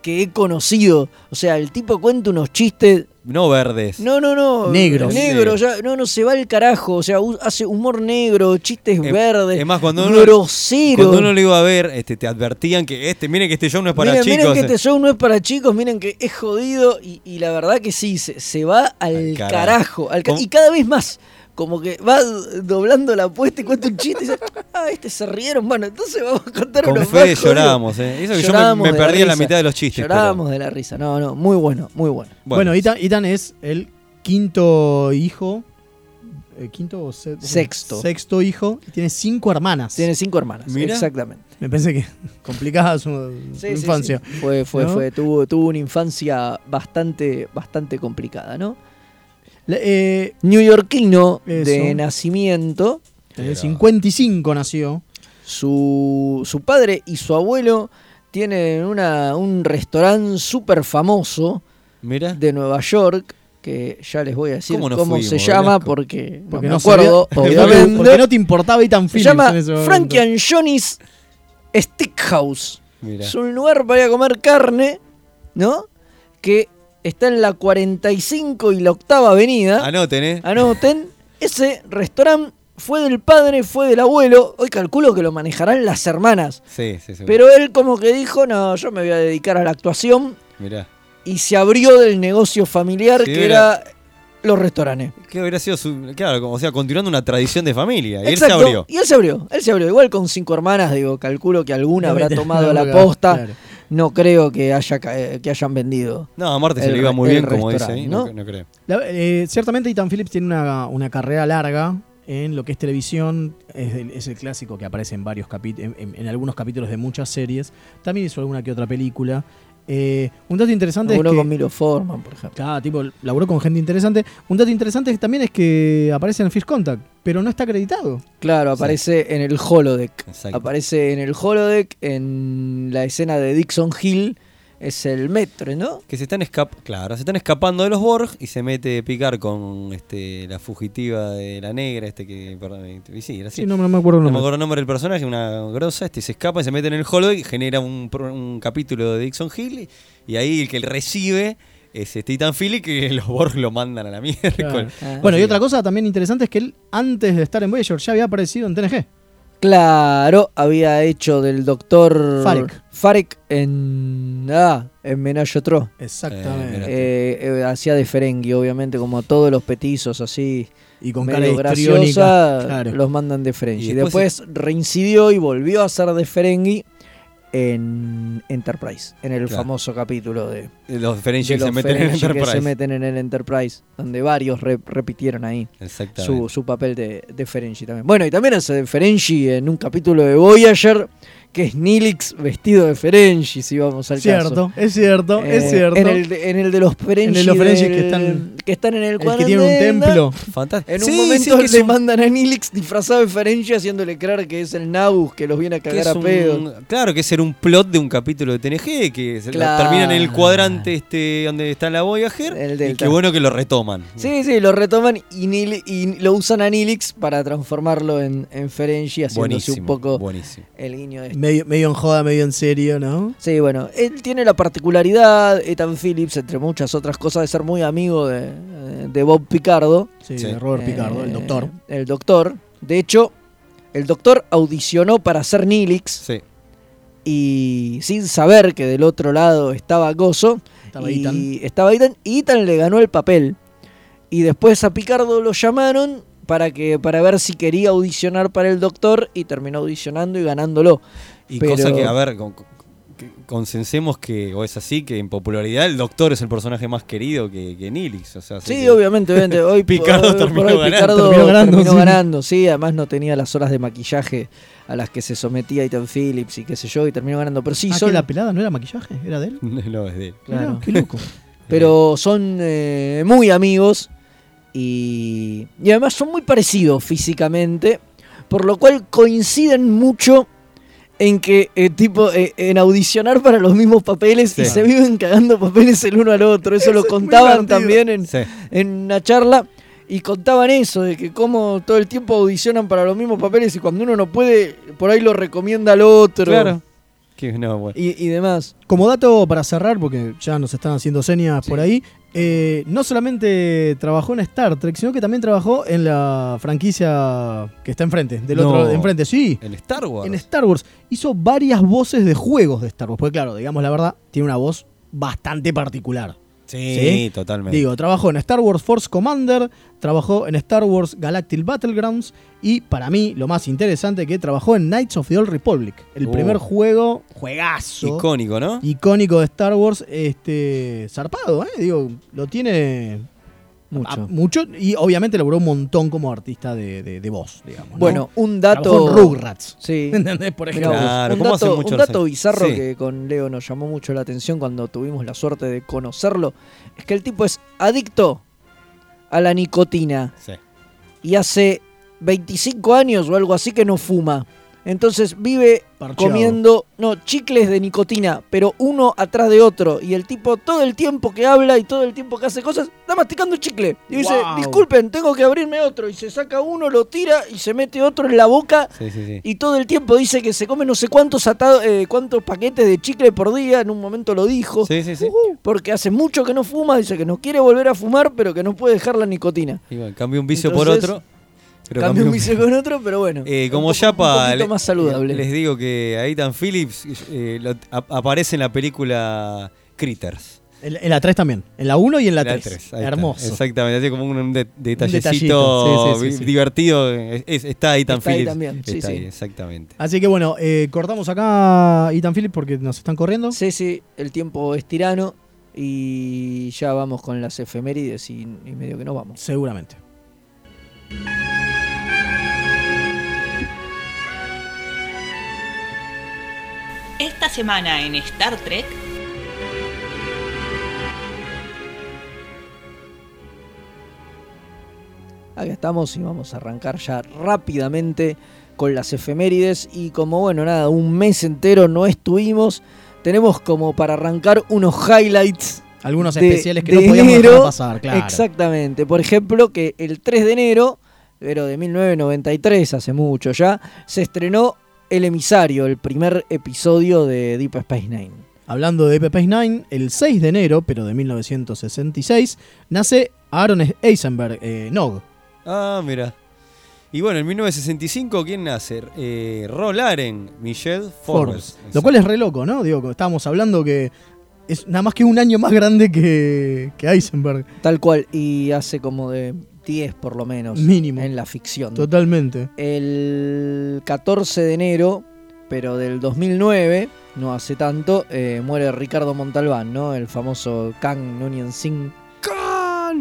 S3: que he conocido. O sea, el tipo cuenta unos chistes
S2: No verdes.
S3: No, no, no.
S2: Negros.
S3: Negro, ya. No, no, se va al carajo. O sea, u- hace humor negro, chistes
S2: Es-
S3: verdes.
S2: Es más, cuando uno,
S3: grosero.
S2: cuando uno lo iba a ver, este, te advertían que este, miren que este show no es para
S3: miren, miren
S2: chicos. eh.
S3: que este show no es para chicos, miren que es jodido. Y, y la verdad que sí, se, se va al
S2: carajo.
S3: carajo. al ca-
S2: ¿Cómo?
S3: y cada vez más. Como que va doblando la apuesta y cuenta un chiste y dice, ah, este se rieron. Bueno, entonces vamos a contar
S2: Con
S3: unos
S2: Fede
S3: más jodidos".
S2: llorábamos, ¿eh? Eso que yo me-
S3: Llorábamos
S2: me
S3: de la
S2: perdía la
S3: risa.
S2: mitad de los chistes, pero-
S3: Llorábamos de la risa. No, no, muy bueno, muy bueno.
S4: Bueno, Ethan, Ethan es el quinto hijo. eh, ¿Quinto o se-
S3: Sexto.
S4: Sexto hijo. y Tiene cinco hermanas.
S3: Tiene cinco hermanas,
S4: Mira.
S3: exactamente.
S4: Me pensé que complicada su, su
S3: Sí, sí,
S4: infancia.
S3: sí. Fue, fue,
S4: ¿No?
S3: fue. Tuvo, tuvo una infancia bastante, bastante complicada, ¿no?
S4: La- eh,
S3: Neoyorquino de
S4: Eso.
S3: nacimiento.
S4: en el 55 nació.
S3: Su, su padre y su abuelo tienen una, un restaurante súper famoso
S2: Mira.
S3: de Nueva York. Que ya les voy a decir
S2: ¿Cómo
S3: cómo,
S2: nos fuimos,
S3: se llama
S2: Velasco?
S3: porque,
S4: Porque no
S3: no me acuerdo,
S4: sabía- porque no-
S3: obviamente.
S4: porque no te importaba Ethan
S3: Se
S4: Phillips
S3: llama
S4: en ese momento.
S3: Frankie and Johnny's Steakhouse.
S2: Mirá.
S3: Es un lugar para ir a comer carne, ¿no? Que está en la 45 y la octava avenida.
S2: Anoten, ¿eh?
S3: Anoten, Ah, ese restaurante fue del padre, fue del abuelo. Hoy calculo que lo manejarán las hermanas.
S2: Sí, sí, sí.
S3: Pero él como que dijo, no, yo me voy a dedicar a la actuación.
S2: Mirá.
S3: Y se abrió del negocio familiar
S2: Sí,
S3: que
S2: era-
S3: era los restaurantes.
S2: Que hubiera sido su. Claro, como, o sea, continuando una tradición de familia. Y
S3: Exacto,
S2: él se abrió.
S3: Y él se abrió, él se abrió. Igual con cinco hermanas, digo, calculo que alguna
S4: No
S3: habrá
S4: meterá
S3: tomado la
S4: bronca,
S3: posta.
S4: claro.
S3: No creo que haya ca- eh, que hayan vendido.
S2: No, a Marte se
S3: el
S2: le iba
S3: re-
S2: muy bien,
S3: el
S2: como dice
S3: restaurante,
S2: ahí.
S3: ¿no?
S2: No, no creo.
S4: La- eh, ciertamente Ethan Phillips tiene una, una carrera larga en lo que es televisión, es el, es el clásico que aparece en varios capi- en, en- en algunos capítulos de muchas series, también hizo alguna que otra película, Eh, un dato interesante
S3: Laburó
S4: es que...
S3: con Milo Forman, por ejemplo.
S4: Claro, tipo, laburó con gente interesante. Un dato interesante es- también es que aparece en Fish Contact, pero no está acreditado.
S3: Claro, aparece en el holodeck.
S2: Exacto.
S3: Aparece en el holodeck, en la escena de Dixon Hill, es el metro, ¿no?
S2: Que se están escap claro, se están escapando de los Borg y se mete picar con este la fugitiva de la negra, este que perdón, este, y sí, era así.
S4: Sí, no, no me acuerdo el
S2: No me
S4: nombre.
S2: acuerdo el nombre del personaje, una grosa, este se escapa y se mete en el holodeck y genera un, pro- un capítulo de Dixon Hill y ahí el que recibe es este Titan Philly que los Borg lo mandan a la mierda.
S4: Claro. Bueno, y otra cosa también interesante es que él, antes de estar en Voyager, ya había aparecido en TNG.
S3: Claro, había hecho del doctor
S4: Farek.
S3: Farek en. Ah, en Menayo Tro.
S4: Exactamente.
S3: Eh, eh, hacía de Ferengi, obviamente, como todos los petizos así.
S4: Y con
S3: medio
S4: cara histriónica,
S3: graciosa,
S4: claro.
S3: los mandan de Ferengi.
S4: Y
S3: Y
S4: después-
S3: después, reincidió y volvió a ser de Ferengi en Enterprise, en el
S2: Claro.
S3: famoso capítulo de.
S2: Los Ferengi
S3: de
S2: que se
S3: los
S2: meten en
S3: Ferengi que
S2: Enterprise.
S3: se meten en el Enterprise, donde varios re- repitieron ahí
S2: Exactamente.
S3: su, su papel de, de Ferengi también. Bueno, y también hace de Ferengi en un capítulo de Voyager, que es Nilix vestido de Ferengi, si vamos al
S4: Cierto,
S3: caso.
S4: es cierto,
S3: Eh,
S4: es cierto.
S3: En el, de- en el de los Ferengi,
S4: En el de los Ferengi
S3: del-
S4: que están-
S3: que están en el,
S4: el que tiene un
S3: cuadranda,
S4: templo.
S2: Fantástico.
S3: En
S2: Sí,
S3: un
S2: sí,
S3: momento
S2: que
S3: le
S2: es un-
S3: mandan a Nilix disfrazado de Ferengi haciéndole creer que es el Nabu que los viene a
S2: que
S3: cagar
S2: es
S3: a
S2: un-
S3: pedo.
S2: claro, que es ser un plot de un capítulo de TNG, que se-
S3: Claro.
S2: termina en el cuadrante este donde está la Voyager. y
S3: Delta.
S2: qué bueno que lo retoman.
S3: Sí, sí, lo retoman y, Nil- y lo usan a Nilix para transformarlo en, en Ferengi, haciéndose
S2: Buenísimo.
S3: un poco
S2: buenísimo.
S3: el guiño de este
S4: Medio, medio en joda, medio en serio, ¿no?
S3: Sí, bueno, él tiene la particularidad, Ethan Phillips, entre muchas otras cosas, de ser muy amigo de, de Bob Picardo. Eh,
S4: Sí, de Robert Picardo, el doctor.
S3: El doctor. De hecho, el doctor audicionó para ser Nilix.
S2: Sí.
S3: Y sin saber que del otro lado estaba Gozo.
S4: Estaba
S3: y
S4: Ethan.
S3: Estaba Ethan, y Ethan le ganó el papel. Y después a Picardo lo llamaron para, que, para ver si quería audicionar para el doctor y terminó audicionando y ganándolo.
S2: Y
S3: Pero-
S2: cosa que, a ver, con- con- que consensemos que, o es así, que en popularidad el Doctor es el personaje más querido que, que Nilix. O sea, así
S3: Sí,
S2: que-
S3: obviamente, obviamente. Hoy por-
S2: Picardo
S3: hoy por
S2: terminó
S3: hoy
S2: ganando.
S3: Picardo
S2: Terminó ganando,
S3: terminó
S2: sí.
S3: ganando, sí. Además no tenía las horas de maquillaje a las que se sometía Ethan Phillips y qué sé yo, y terminó ganando. Pero sí,
S4: Ah,
S3: son,
S4: que la pelada no era maquillaje, era de él.
S2: no, es de él.
S3: Claro.
S4: Mirá, qué loco.
S3: pero son eh, muy amigos y, y además son muy parecidos físicamente, por lo cual coinciden mucho en que eh, tipo eh, en audicionar para los mismos papeles y
S2: Sí.
S3: se viven cagando papeles el uno al otro. Eso, lo contaban también en,
S2: Sí.
S3: en una charla y contaban eso, de que cómo todo el tiempo audicionan para los mismos papeles y cuando uno no puede, por ahí lo recomienda al otro.
S2: Claro. Que, no, bueno.
S3: Y, y demás.
S4: Como dato para cerrar, porque ya nos están haciendo señas por ahí, eh, no solamente trabajó en Star Trek, sino que también trabajó en la franquicia que está enfrente, del
S2: No.
S4: otro, de enfrente, sí.
S2: En Star Wars.
S4: En Star Wars. Hizo varias voces de juegos de Star Wars, porque claro, digamos la verdad, tiene una voz bastante particular.
S2: Sí,
S4: ¿Sí?
S2: totalmente.
S4: Digo, trabajó en Star Wars Force Commander, trabajó en Star Wars Galactic Battlegrounds y para mí lo más interesante que trabajó en Knights of the Old Republic, el
S2: Oh.
S4: primer juego, juegazo,
S2: Icónico, ¿no?
S4: icónico de Star Wars, este zarpado, ¿eh? digo, lo tiene
S3: Mucho.
S4: a- mucho y obviamente logró un montón como artista de, de- de voz, digamos. ¿no?
S3: Bueno, un dato.
S4: Trabajó en Rugrats.
S3: Sí.
S4: ¿Entendés? Por
S3: Mirá
S4: ejemplo.
S3: vos,
S2: Claro,
S3: un
S2: ¿cómo hacen
S3: dato,
S2: mucho
S3: un
S2: los-
S3: dato bizarro
S2: Sí.
S3: que con Leo nos llamó mucho la atención cuando tuvimos la suerte de conocerlo es que el tipo es adicto a la nicotina
S2: Sí.
S3: y hace 25 años o algo así que no fuma. Entonces vive
S4: Parcheado.
S3: comiendo, no, chicles de nicotina, pero uno atrás de otro. Y el tipo todo el tiempo que habla y todo el tiempo que hace cosas, está masticando chicle. Y dice,
S4: Wow.
S3: disculpen, tengo que abrirme otro. Y se saca uno, lo tira y se mete otro en la boca.
S2: Sí, sí, sí.
S3: Y todo el tiempo dice que se come no sé cuántos, atado- eh, cuántos paquetes de chicle por día. En un momento lo dijo.
S2: Sí, sí, sí.
S3: Porque hace mucho que no fuma. Dice que no quiere volver a fumar, pero que no puede dejar la nicotina.
S2: Y bueno, cambio un vicio
S3: Entonces,
S2: por otro. pero cambió
S3: Cambia un vicio con otro, pero bueno.
S2: Eh, como
S3: un poco- Un
S2: Yapa,
S3: poquito
S2: le-
S3: más saludable.
S2: les digo que a Ethan Phillips eh, lo- ap- aparece en la película Critters.
S4: En, en la 3 también, en la 1 y en la
S2: La
S4: 3.
S2: tres, ahí está.
S4: Hermoso.
S2: Exactamente, así como un, un de- detallecito
S4: detallito, sí, sí, sí,
S2: vi-
S4: sí.
S2: divertido. eh, es- está Ethan
S3: Está ahí
S2: Phillips.
S3: también, sí,
S2: Está
S3: sí.
S2: ahí, exactamente.
S4: Así que bueno, eh, cortamos acá Ethan Phillips porque nos están corriendo.
S3: Sí, sí, el tiempo es tirano y ya vamos con las efemérides y, y medio que no vamos.
S4: Seguramente.
S9: Esta semana en Star Trek,
S3: Acá estamos y vamos a arrancar ya rápidamente con las efemérides. Y como bueno, nada, un mes entero no estuvimos, tenemos como para arrancar unos highlights.
S4: Algunos especiales que no podíamos dejar pasar, claro.
S3: Exactamente. Por ejemplo, que el 3 de enero, pero de 1993, hace mucho ya, se estrenó El Emisario, el primer episodio de Deep Space Nine.
S4: Hablando de Deep Space Nine, el 6 de enero, pero de 1966, nace Aaron Eisenberg, eh, Nog.
S2: Ah, mira. Y bueno, en 1965, ¿quién nace? Eh, Roll Aren, Michelle Forbes.
S4: Forbes. Lo cual es re loco, ¿no? Digo, estábamos hablando que es nada más que un año más grande que, que Eisenberg.
S3: Tal cual, y hace como de 10 por lo menos.
S4: Mínimo.
S3: En la ficción.
S4: Totalmente.
S3: El 14 de enero, pero del 2009, no hace tanto, eh, muere Ricardo Montalbán, ¿no? El famoso Kang Nunien Singh.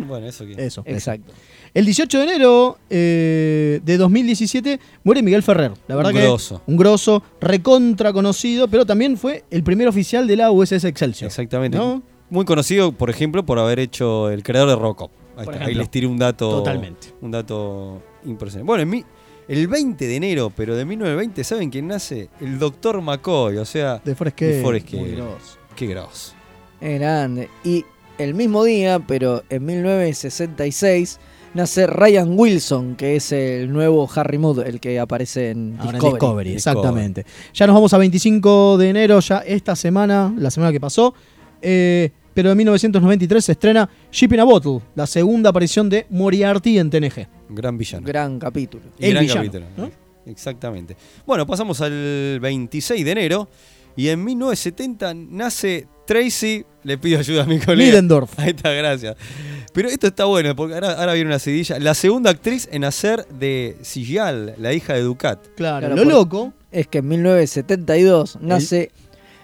S2: Bueno, eso que.
S4: Eso.
S3: Exacto.
S4: El 18 de enero eh, de 2017 muere Miguel Ferrer. La verdad
S2: Un
S4: que
S2: grosso.
S4: un grosso, recontra conocido, pero también fue el primer oficial de la USS Excelsior.
S2: Exactamente.
S4: ¿No?
S2: Muy conocido, por ejemplo, por haber hecho el creador de Rocco. Ahí, está, ahí
S4: ejemplo.
S2: les tiré un dato.
S4: Totalmente.
S2: Un dato impresionante. Bueno, en mi- el 20 de enero, pero de 1920, ¿saben quién nace? El doctor McCoy, o sea.
S4: De Forest Gump.
S2: de Forest
S4: Muy
S2: Gump.
S4: grosso.
S2: Qué grosso.
S3: Eh, grande. Y el mismo día, pero en 1966, nace Ryan Wilson, que es el nuevo Harry Mood, el que aparece en
S4: Ahora en
S3: Discovery.
S4: Discovery, exactamente. Ya nos vamos a 25 de enero, ya esta semana, la semana que pasó. eh, pero en 1993 se estrena Shipping a Bottle, la segunda aparición de Moriarty en TNG.
S2: Gran villano.
S3: Gran capítulo.
S2: Y
S4: El
S2: gran
S4: villano,
S2: capítulo. ¿eh? Exactamente. Bueno, pasamos al 26 de enero y en 1970 nace Tracy. Le pido ayuda a mi colega.
S4: Middendorf.
S2: Ahí está, gracias. Pero esto está bueno porque ahora, ahora viene una cedilla. La segunda actriz en hacer de Sigal, la hija de Ducat.
S4: Claro,
S3: Claro,
S4: lo
S3: por-
S4: loco.
S3: Es que en 1972 nace,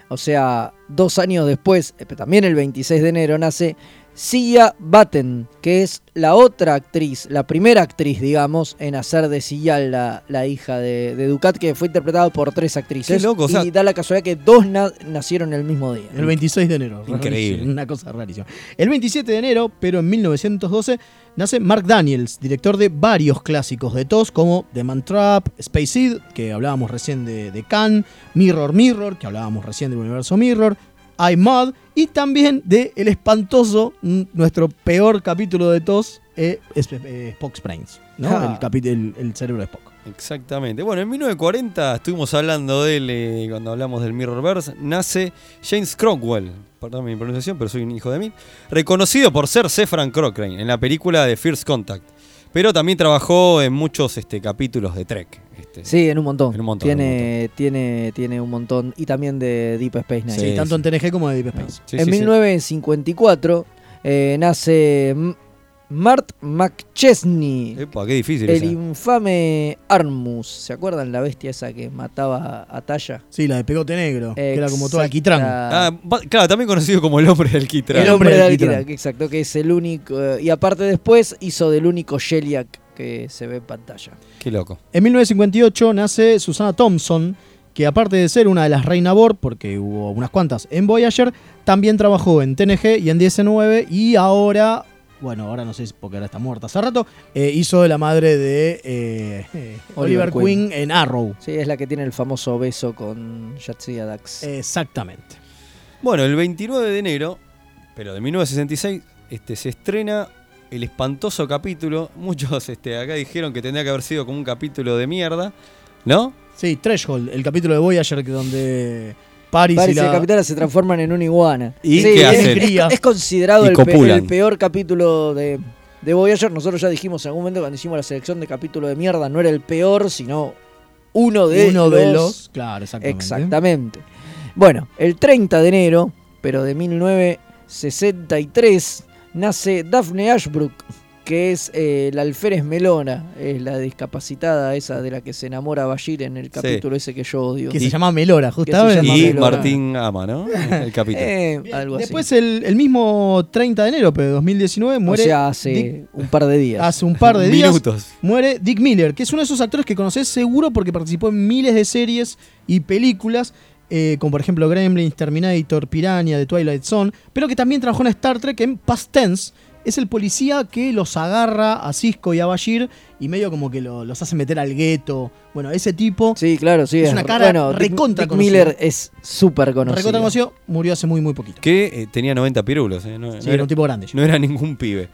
S3: o sea, dos años después, eh, pero también el 26 de enero, nace Sia Batten, que es la otra actriz, la primera actriz, digamos, en hacer de Siyal la, la hija de, de Ducat, que fue interpretada por tres actrices.
S2: Qué loco, o
S3: y
S2: sea-
S3: da la casualidad que dos na- nacieron el mismo día.
S4: El 26 de enero.
S2: Increíble.
S4: Una cosa rarísima. El 27 de enero, pero en 1912, nace Mark Daniels, director de varios clásicos de TOS, como The Man Trap, Space Seed, que hablábamos recién de, de Khan, Mirror Mirror, que hablábamos recién del universo Mirror, I Mod, y también de El Espantoso, mm, nuestro peor capítulo de TOS, eh, es- eh, Spock's Brains, ¿no?
S3: Ah.
S4: El, capi- el- el cerebro de Spock.
S2: Exactamente. Bueno, en 1940 estuvimos hablando de él eh, cuando hablamos del Mirrorverse. Nace James Cromwell. Perdón mi pronunciación, pero soy un hijo de mí. Reconocido por ser Zefran Cochrane en la película de First Contact. Pero también trabajó en muchos este, capítulos de Trek. Este,
S3: Sí, en un montón.
S2: En un montón,
S3: tiene, Tiene, tiene un montón. Y también de Deep Space Nine.
S4: Sí, tanto en TNG como en Deep Space.
S2: Sí,
S3: en
S2: sí, sí.
S3: 1954 eh, nace M- Mart McChesney,
S2: Epa, qué difícil.
S3: el
S2: esa.
S3: infame Armus. ¿Se acuerdan la bestia esa que mataba a Talla?
S4: Sí, la de Pegote Negro, que era como todo alquitrán.
S2: Ah, va- claro, también conocido como el hombre del Kitra.
S3: El hombre
S4: hombre
S3: de
S4: del
S3: Alquitrán,
S4: Alquitrán.
S3: exacto, que es el único. eh, y aparte, después hizo del único Sheliak que se ve en pantalla.
S2: Qué loco.
S4: En 1958 nace Susana Thompson, que aparte de ser una de las Reina Bor, porque hubo unas cuantas en Voyager, también trabajó en TNG y en 19 y ahora, bueno, ahora no sé si- porque ahora está muerta hace rato, eh, hizo de la madre de eh, eh, Oliver,
S3: Oliver
S4: Queen en Arrow.
S3: Sí, es la que tiene el famoso beso con Yatsia Dax.
S4: Exactamente.
S2: Bueno, el 29 de enero, pero de 1966, este, se estrena el espantoso capítulo. Muchos este, acá dijeron que tendría que haber sido como un capítulo de mierda, ¿no?
S4: Sí, Threshold, el capítulo de Voyager que donde Paris,
S3: Paris
S4: y la...
S3: y Capitana se transforman en una iguana.
S2: ¿Y
S3: Sí,
S2: qué
S3: es-
S2: hacen?
S3: Es, es considerado
S2: Y
S3: el, pe-
S2: copulan.
S3: el peor capítulo de, de Voyager. Nosotros ya dijimos en algún momento cuando hicimos la selección de capítulo de mierda, no era el peor, sino uno de
S4: uno
S3: los.
S4: de los... Claro, exactamente.
S3: Exactamente. Bueno, el 30 de enero, pero de 1963, nace Daphne Ashbrook, que es eh, la alférez Melona, es la discapacitada esa de la que se enamora Bashir en el capítulo ese que yo odio.
S4: Que se llama Melora,
S3: se
S4: justamente.
S3: llama
S2: Y
S3: Marcelo,
S2: Martín Ama, ¿no? El capítulo.
S3: Eh,
S4: Bien,
S3: algo así.
S4: Después, el, el mismo 30 de enero pero de 2019, muere.
S3: o sea, hace
S4: Dick-
S3: un par de días.
S4: hace un par de días.
S2: Minutos.
S4: Muere Dick Miller, que es uno de esos actores que conocés seguro porque participó en miles de series y películas, eh, como por ejemplo Gremlins, Terminator, Piranha, The Twilight Zone, pero que también trabajó en Star Trek en Past Tense, es el policía que los agarra a Cisco y a Bashir y medio como que lo- los hace meter al gueto. Bueno, ese tipo.
S3: Sí, claro, sí.
S4: Es
S3: es-
S4: una cara
S3: bueno, Dick-
S4: recontra
S3: Dick
S4: conocida.
S3: Miller es súper conocido.
S4: Recontra conocido, murió hace muy, muy poquito.
S2: Que eh, tenía 90 pirulos. eh, No,
S4: Sí, era un tipo grande ya.
S2: No era ningún pibe.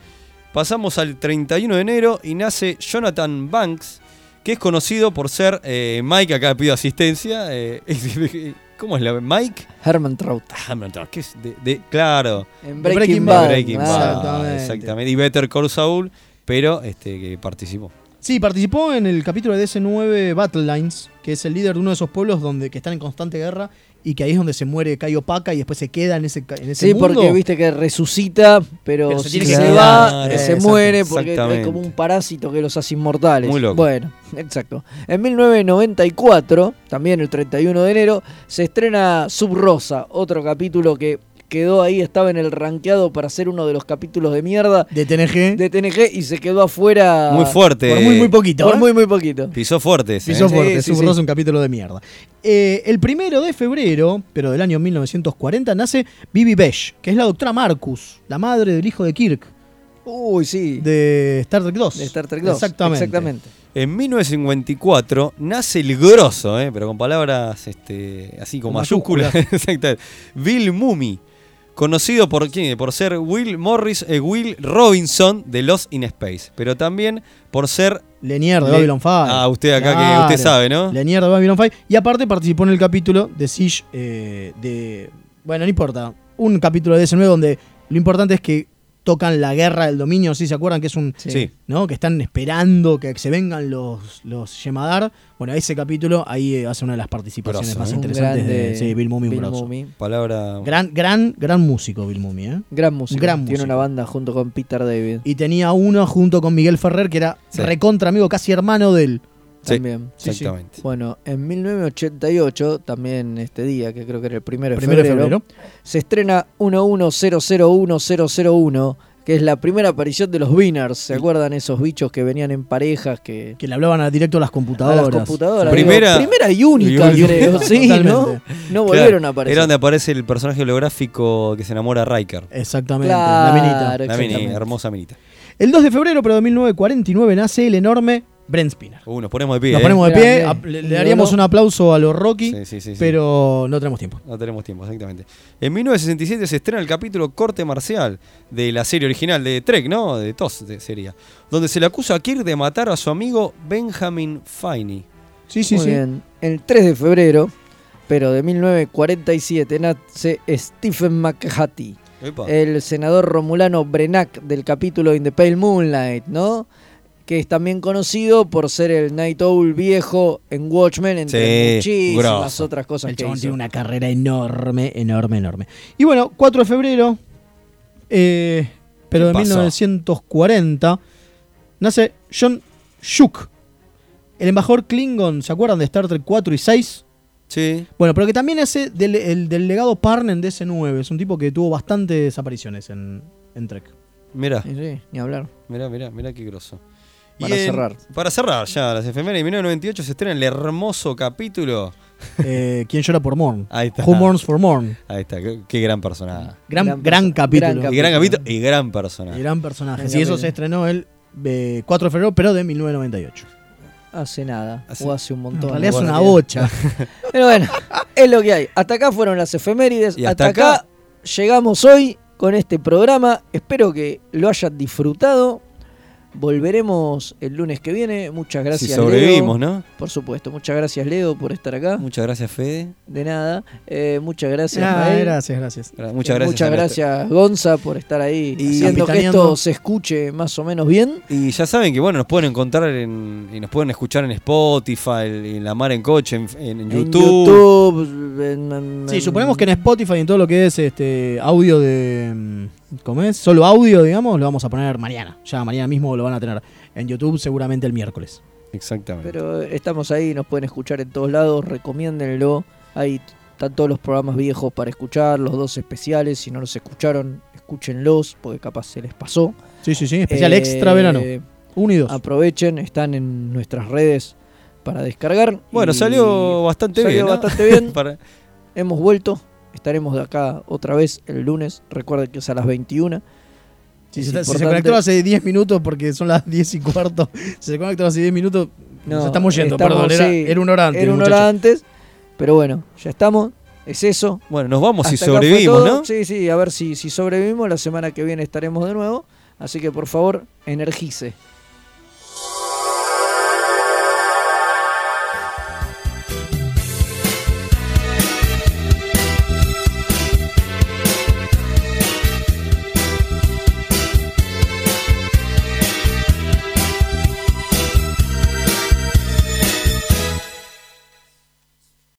S2: Pasamos al 31 de enero y nace Jonathan Banks, que es conocido por ser eh, Mike, acá pido asistencia. eh, ¿Cómo es la Mike? Ah,
S3: Herman Trout.
S2: Herman Trout, que es de, de- claro.
S3: En Breaking Bad,
S2: De Breaking Bad,
S4: exactamente.
S2: exactamente. Y Better Call Saul, pero este, que participó.
S4: Sí, participó en el capítulo de DS9 Battle Lines, que es el líder de uno de esos pueblos donde que están en constante guerra y que ahí es donde se muere Cayo Paca y después se queda en ese, ca- en ese
S3: Sí,
S4: mundo.
S3: porque viste que resucita, pero,
S4: Pero se
S3: se,
S4: tiene
S3: se
S4: que
S3: va,
S4: quedar,
S3: eh, se
S4: exacto,
S3: muere porque es
S2: exactamente.
S3: como un parásito que los hace inmortales.
S2: Muy loco.
S3: Bueno, exacto. En 1994, también el 31 de enero, se estrena Sub Rosa, otro capítulo que quedó ahí, estaba en el rankeado para ser uno de los capítulos de mierda
S4: de TNG.
S3: De TNG y se quedó afuera
S2: Muy fuerte.
S3: Por muy, muy poquito. ¿eh? Por muy, muy poquito.
S2: Pisó fuerte. ese,
S4: Pisó
S2: eh.
S4: fuerte,
S3: sí,
S4: Sub Rosa,
S3: sí.
S4: un capítulo de mierda. Eh, el primero de febrero, pero del año 1940, nace Bibi Besh, que es la doctora Marcus, la madre del hijo de Kirk.
S3: Uy, sí.
S4: De Star Trek 2.
S3: De Star Trek 2.
S4: Exactamente.
S3: Exactamente.
S2: En 1954 nace el grosso, eh, pero con palabras este, así con
S4: Con
S2: mayúsculas.
S4: mayúsculas.
S2: Exactamente. Bill Mumy, conocido por ¿quién? por ser Will Morris, eh, Will Robinson de Lost in Space, pero también por ser
S4: Lenier de
S2: Le-
S4: Babylon 5.
S2: Ah, usted acá que usted sabe, ¿no?
S4: Lenier de Babylon 5. Y aparte participó en el capítulo de Siege eh, de. Bueno, no importa. Un capítulo de DS9 donde lo importante es que tocan la guerra del dominio, si se acuerdan que es un
S2: Sí.
S4: ¿no? que están esperando que se vengan los los Yemadar. Bueno, ese capítulo ahí eh, hace una de las participaciones
S2: Grosso,
S4: más
S2: ¿eh? Un
S4: interesantes de
S3: grande
S4: sí, Bill Mumy, un
S3: Bill
S4: grosso.
S3: Mumy.
S2: palabra
S4: Gran gran gran músico Bill Mumy, ¿eh?
S3: Gran músico.
S4: Gran
S3: Tiene
S4: músico.
S3: una banda junto con Peter David.
S4: Y tenía uno junto con Miguel Ferrer que era
S3: Sí.
S4: recontra amigo, casi hermano de él.
S2: Sí,
S3: También.
S2: Sí, sí. exactamente.
S3: Bueno, en 1988, también este día, que creo que era el primero de,
S4: Primero de
S3: febrero, se estrena 110010101, que es la primera aparición de los Winners. ¿Se acuerdan esos bichos que venían en parejas que...
S4: Que le hablaban a- directo a las computadoras.
S3: A las computadoras.
S2: Primera-
S3: digo, primera y única,
S2: y única.
S3: creo. Sí, ¿no?
S4: Totalmente.
S3: No volvieron
S2: Claro,
S3: a aparecer.
S2: Era donde aparece el personaje holográfico que se enamora a Riker.
S4: Exactamente,
S3: Claro,
S4: la minita.
S2: La mini,
S3: exactamente.
S2: hermosa minita.
S4: El 2 de febrero, pero de 1949, nace el enorme Brent Spinner.
S2: Uh, nos ponemos de pie.
S4: Nos
S2: eh.
S4: ponemos de pie,
S3: Grande.
S4: ap- le, le daríamos
S3: Ídolo.
S4: un aplauso a los Rocky,
S2: Sí, sí, sí, sí.
S4: pero no tenemos tiempo.
S2: No tenemos tiempo, exactamente. En 1967 se estrena el capítulo Corte Marcial de la serie original de Trek, ¿no? De TOS de- sería. Donde se le acusa a Kirk de matar a su amigo Benjamin Finey.
S4: Sí, sí,
S3: Muy
S4: sí.
S3: bien. El 3 de febrero, pero de 1947, nace Stephen McHattie.
S2: Epa.
S4: Eh,
S3: el senador romulano Brenac del capítulo In the Pale Moonlight, ¿no? Que es también conocido por ser el Night Owl viejo en Watchmen, entre
S2: Sí,
S3: muchísimas
S2: grosso.
S3: otras cosas
S4: El
S3: que
S4: chabón
S3: hizo.
S4: tiene una carrera enorme, enorme, enorme. Y bueno, 4 de febrero, eh, pero
S2: ¿Qué
S4: de
S2: pasó?
S4: 1940, nace John Shook, el embajador Klingon, ¿se acuerdan de Star Trek 4 y 6?
S2: Sí.
S4: Bueno, pero que también hace del, el- del legado Parnen de S9. Es un tipo que tuvo bastantes apariciones en, en Trek.
S2: Mirá,
S3: Sí, sí, ni hablar.
S2: mirá, mirá, mirá qué grosso.
S3: Para
S2: en-
S3: cerrar.
S2: Para cerrar ya, las efemérides. En 1998 se estrena el hermoso capítulo.
S4: Eh, ¿Quién llora por Morn?
S2: Ahí está.
S4: Who mourns for Morn?
S2: Ahí está, qué, qué gran personaje.
S4: Gran, gran,
S3: Gran perso-
S4: capítulo.
S3: gran
S2: Y gran
S3: Capítulo.
S2: capítulo y gran personaje.
S4: Gran personaje.
S3: Gran
S4: Sí, eso
S3: capítulo.
S4: se estrenó el eh, 4 de febrero, pero de 1998.
S3: Hace nada,
S2: Hace-
S3: o hace un
S4: En
S3: montón.
S4: realidad es
S3: en
S4: una bocha.
S3: Pero bueno, es lo que hay. Hasta acá fueron las efemérides.
S2: Y hasta
S3: hasta acá,
S2: acá-
S3: llegamos hoy con este programa. Espero que lo hayan disfrutado. Volveremos el lunes que viene. Muchas
S2: Si
S3: gracias. Leo.
S2: sobrevivimos, ¿no?
S3: Por supuesto, muchas gracias Leo por estar acá.
S2: Muchas gracias, Fede.
S3: De nada. Eh, muchas gracias.
S4: Ah,
S3: Mael.
S4: gracias, gracias.
S2: Gra-
S3: Eh,
S2: Muchas gracias.
S3: muchas
S2: a nuestra-
S3: gracias, Gonza, por estar ahí
S2: Y-
S3: haciendo que
S4: Capitaneando.
S3: esto se escuche más o menos bien.
S2: Y ya saben que bueno, nos pueden encontrar en, y nos pueden escuchar en Spotify, en La Mar en Coche, en, en- en YouTube.
S3: YouTube, en- Uh, en-
S4: Sí, suponemos que en Spotify y en todo lo que es este audio de. mm, ¿Cómo es? Solo audio, digamos, lo vamos a poner mañana. Ya mañana mismo lo van a tener. En YouTube, seguramente el miércoles.
S2: Exactamente.
S3: Pero estamos ahí, nos pueden escuchar en todos lados, recomiéndenlo. Ahí están todos los programas viejos para escuchar, los dos especiales. Si no los escucharon, escúchenlos, porque capaz se les pasó.
S4: Sí, sí, sí. Especial
S3: Eh,
S4: extra verano. Uno y dos.
S3: Aprovechen, están en nuestras redes para descargar.
S2: bueno,
S3: y
S2: salió bastante
S3: salió
S2: bien. ¿no?
S3: bastante bien.
S2: Para-
S3: Hemos vuelto. Estaremos de acá otra vez el lunes. Recuerden que es a las 21.
S4: Si,
S3: Es
S4: se, está- si se
S3: importante.
S4: conectó hace 10 minutos, porque son las diez y cuarto, si se conectó hace 10 minutos, nos estamos yendo,
S3: estamos,
S4: perdón, era,
S3: sí,
S4: era una hora antes.
S3: Era una
S4: muchachos.
S3: hora antes, pero bueno, ya estamos. Es eso.
S2: Bueno, nos vamos si
S3: Hasta acá fue
S2: sobrevivimos,
S3: todo.
S2: ¿no?
S3: Sí, sí, a ver si, si sobrevivimos. La semana que viene estaremos de nuevo. Así que por favor, energice.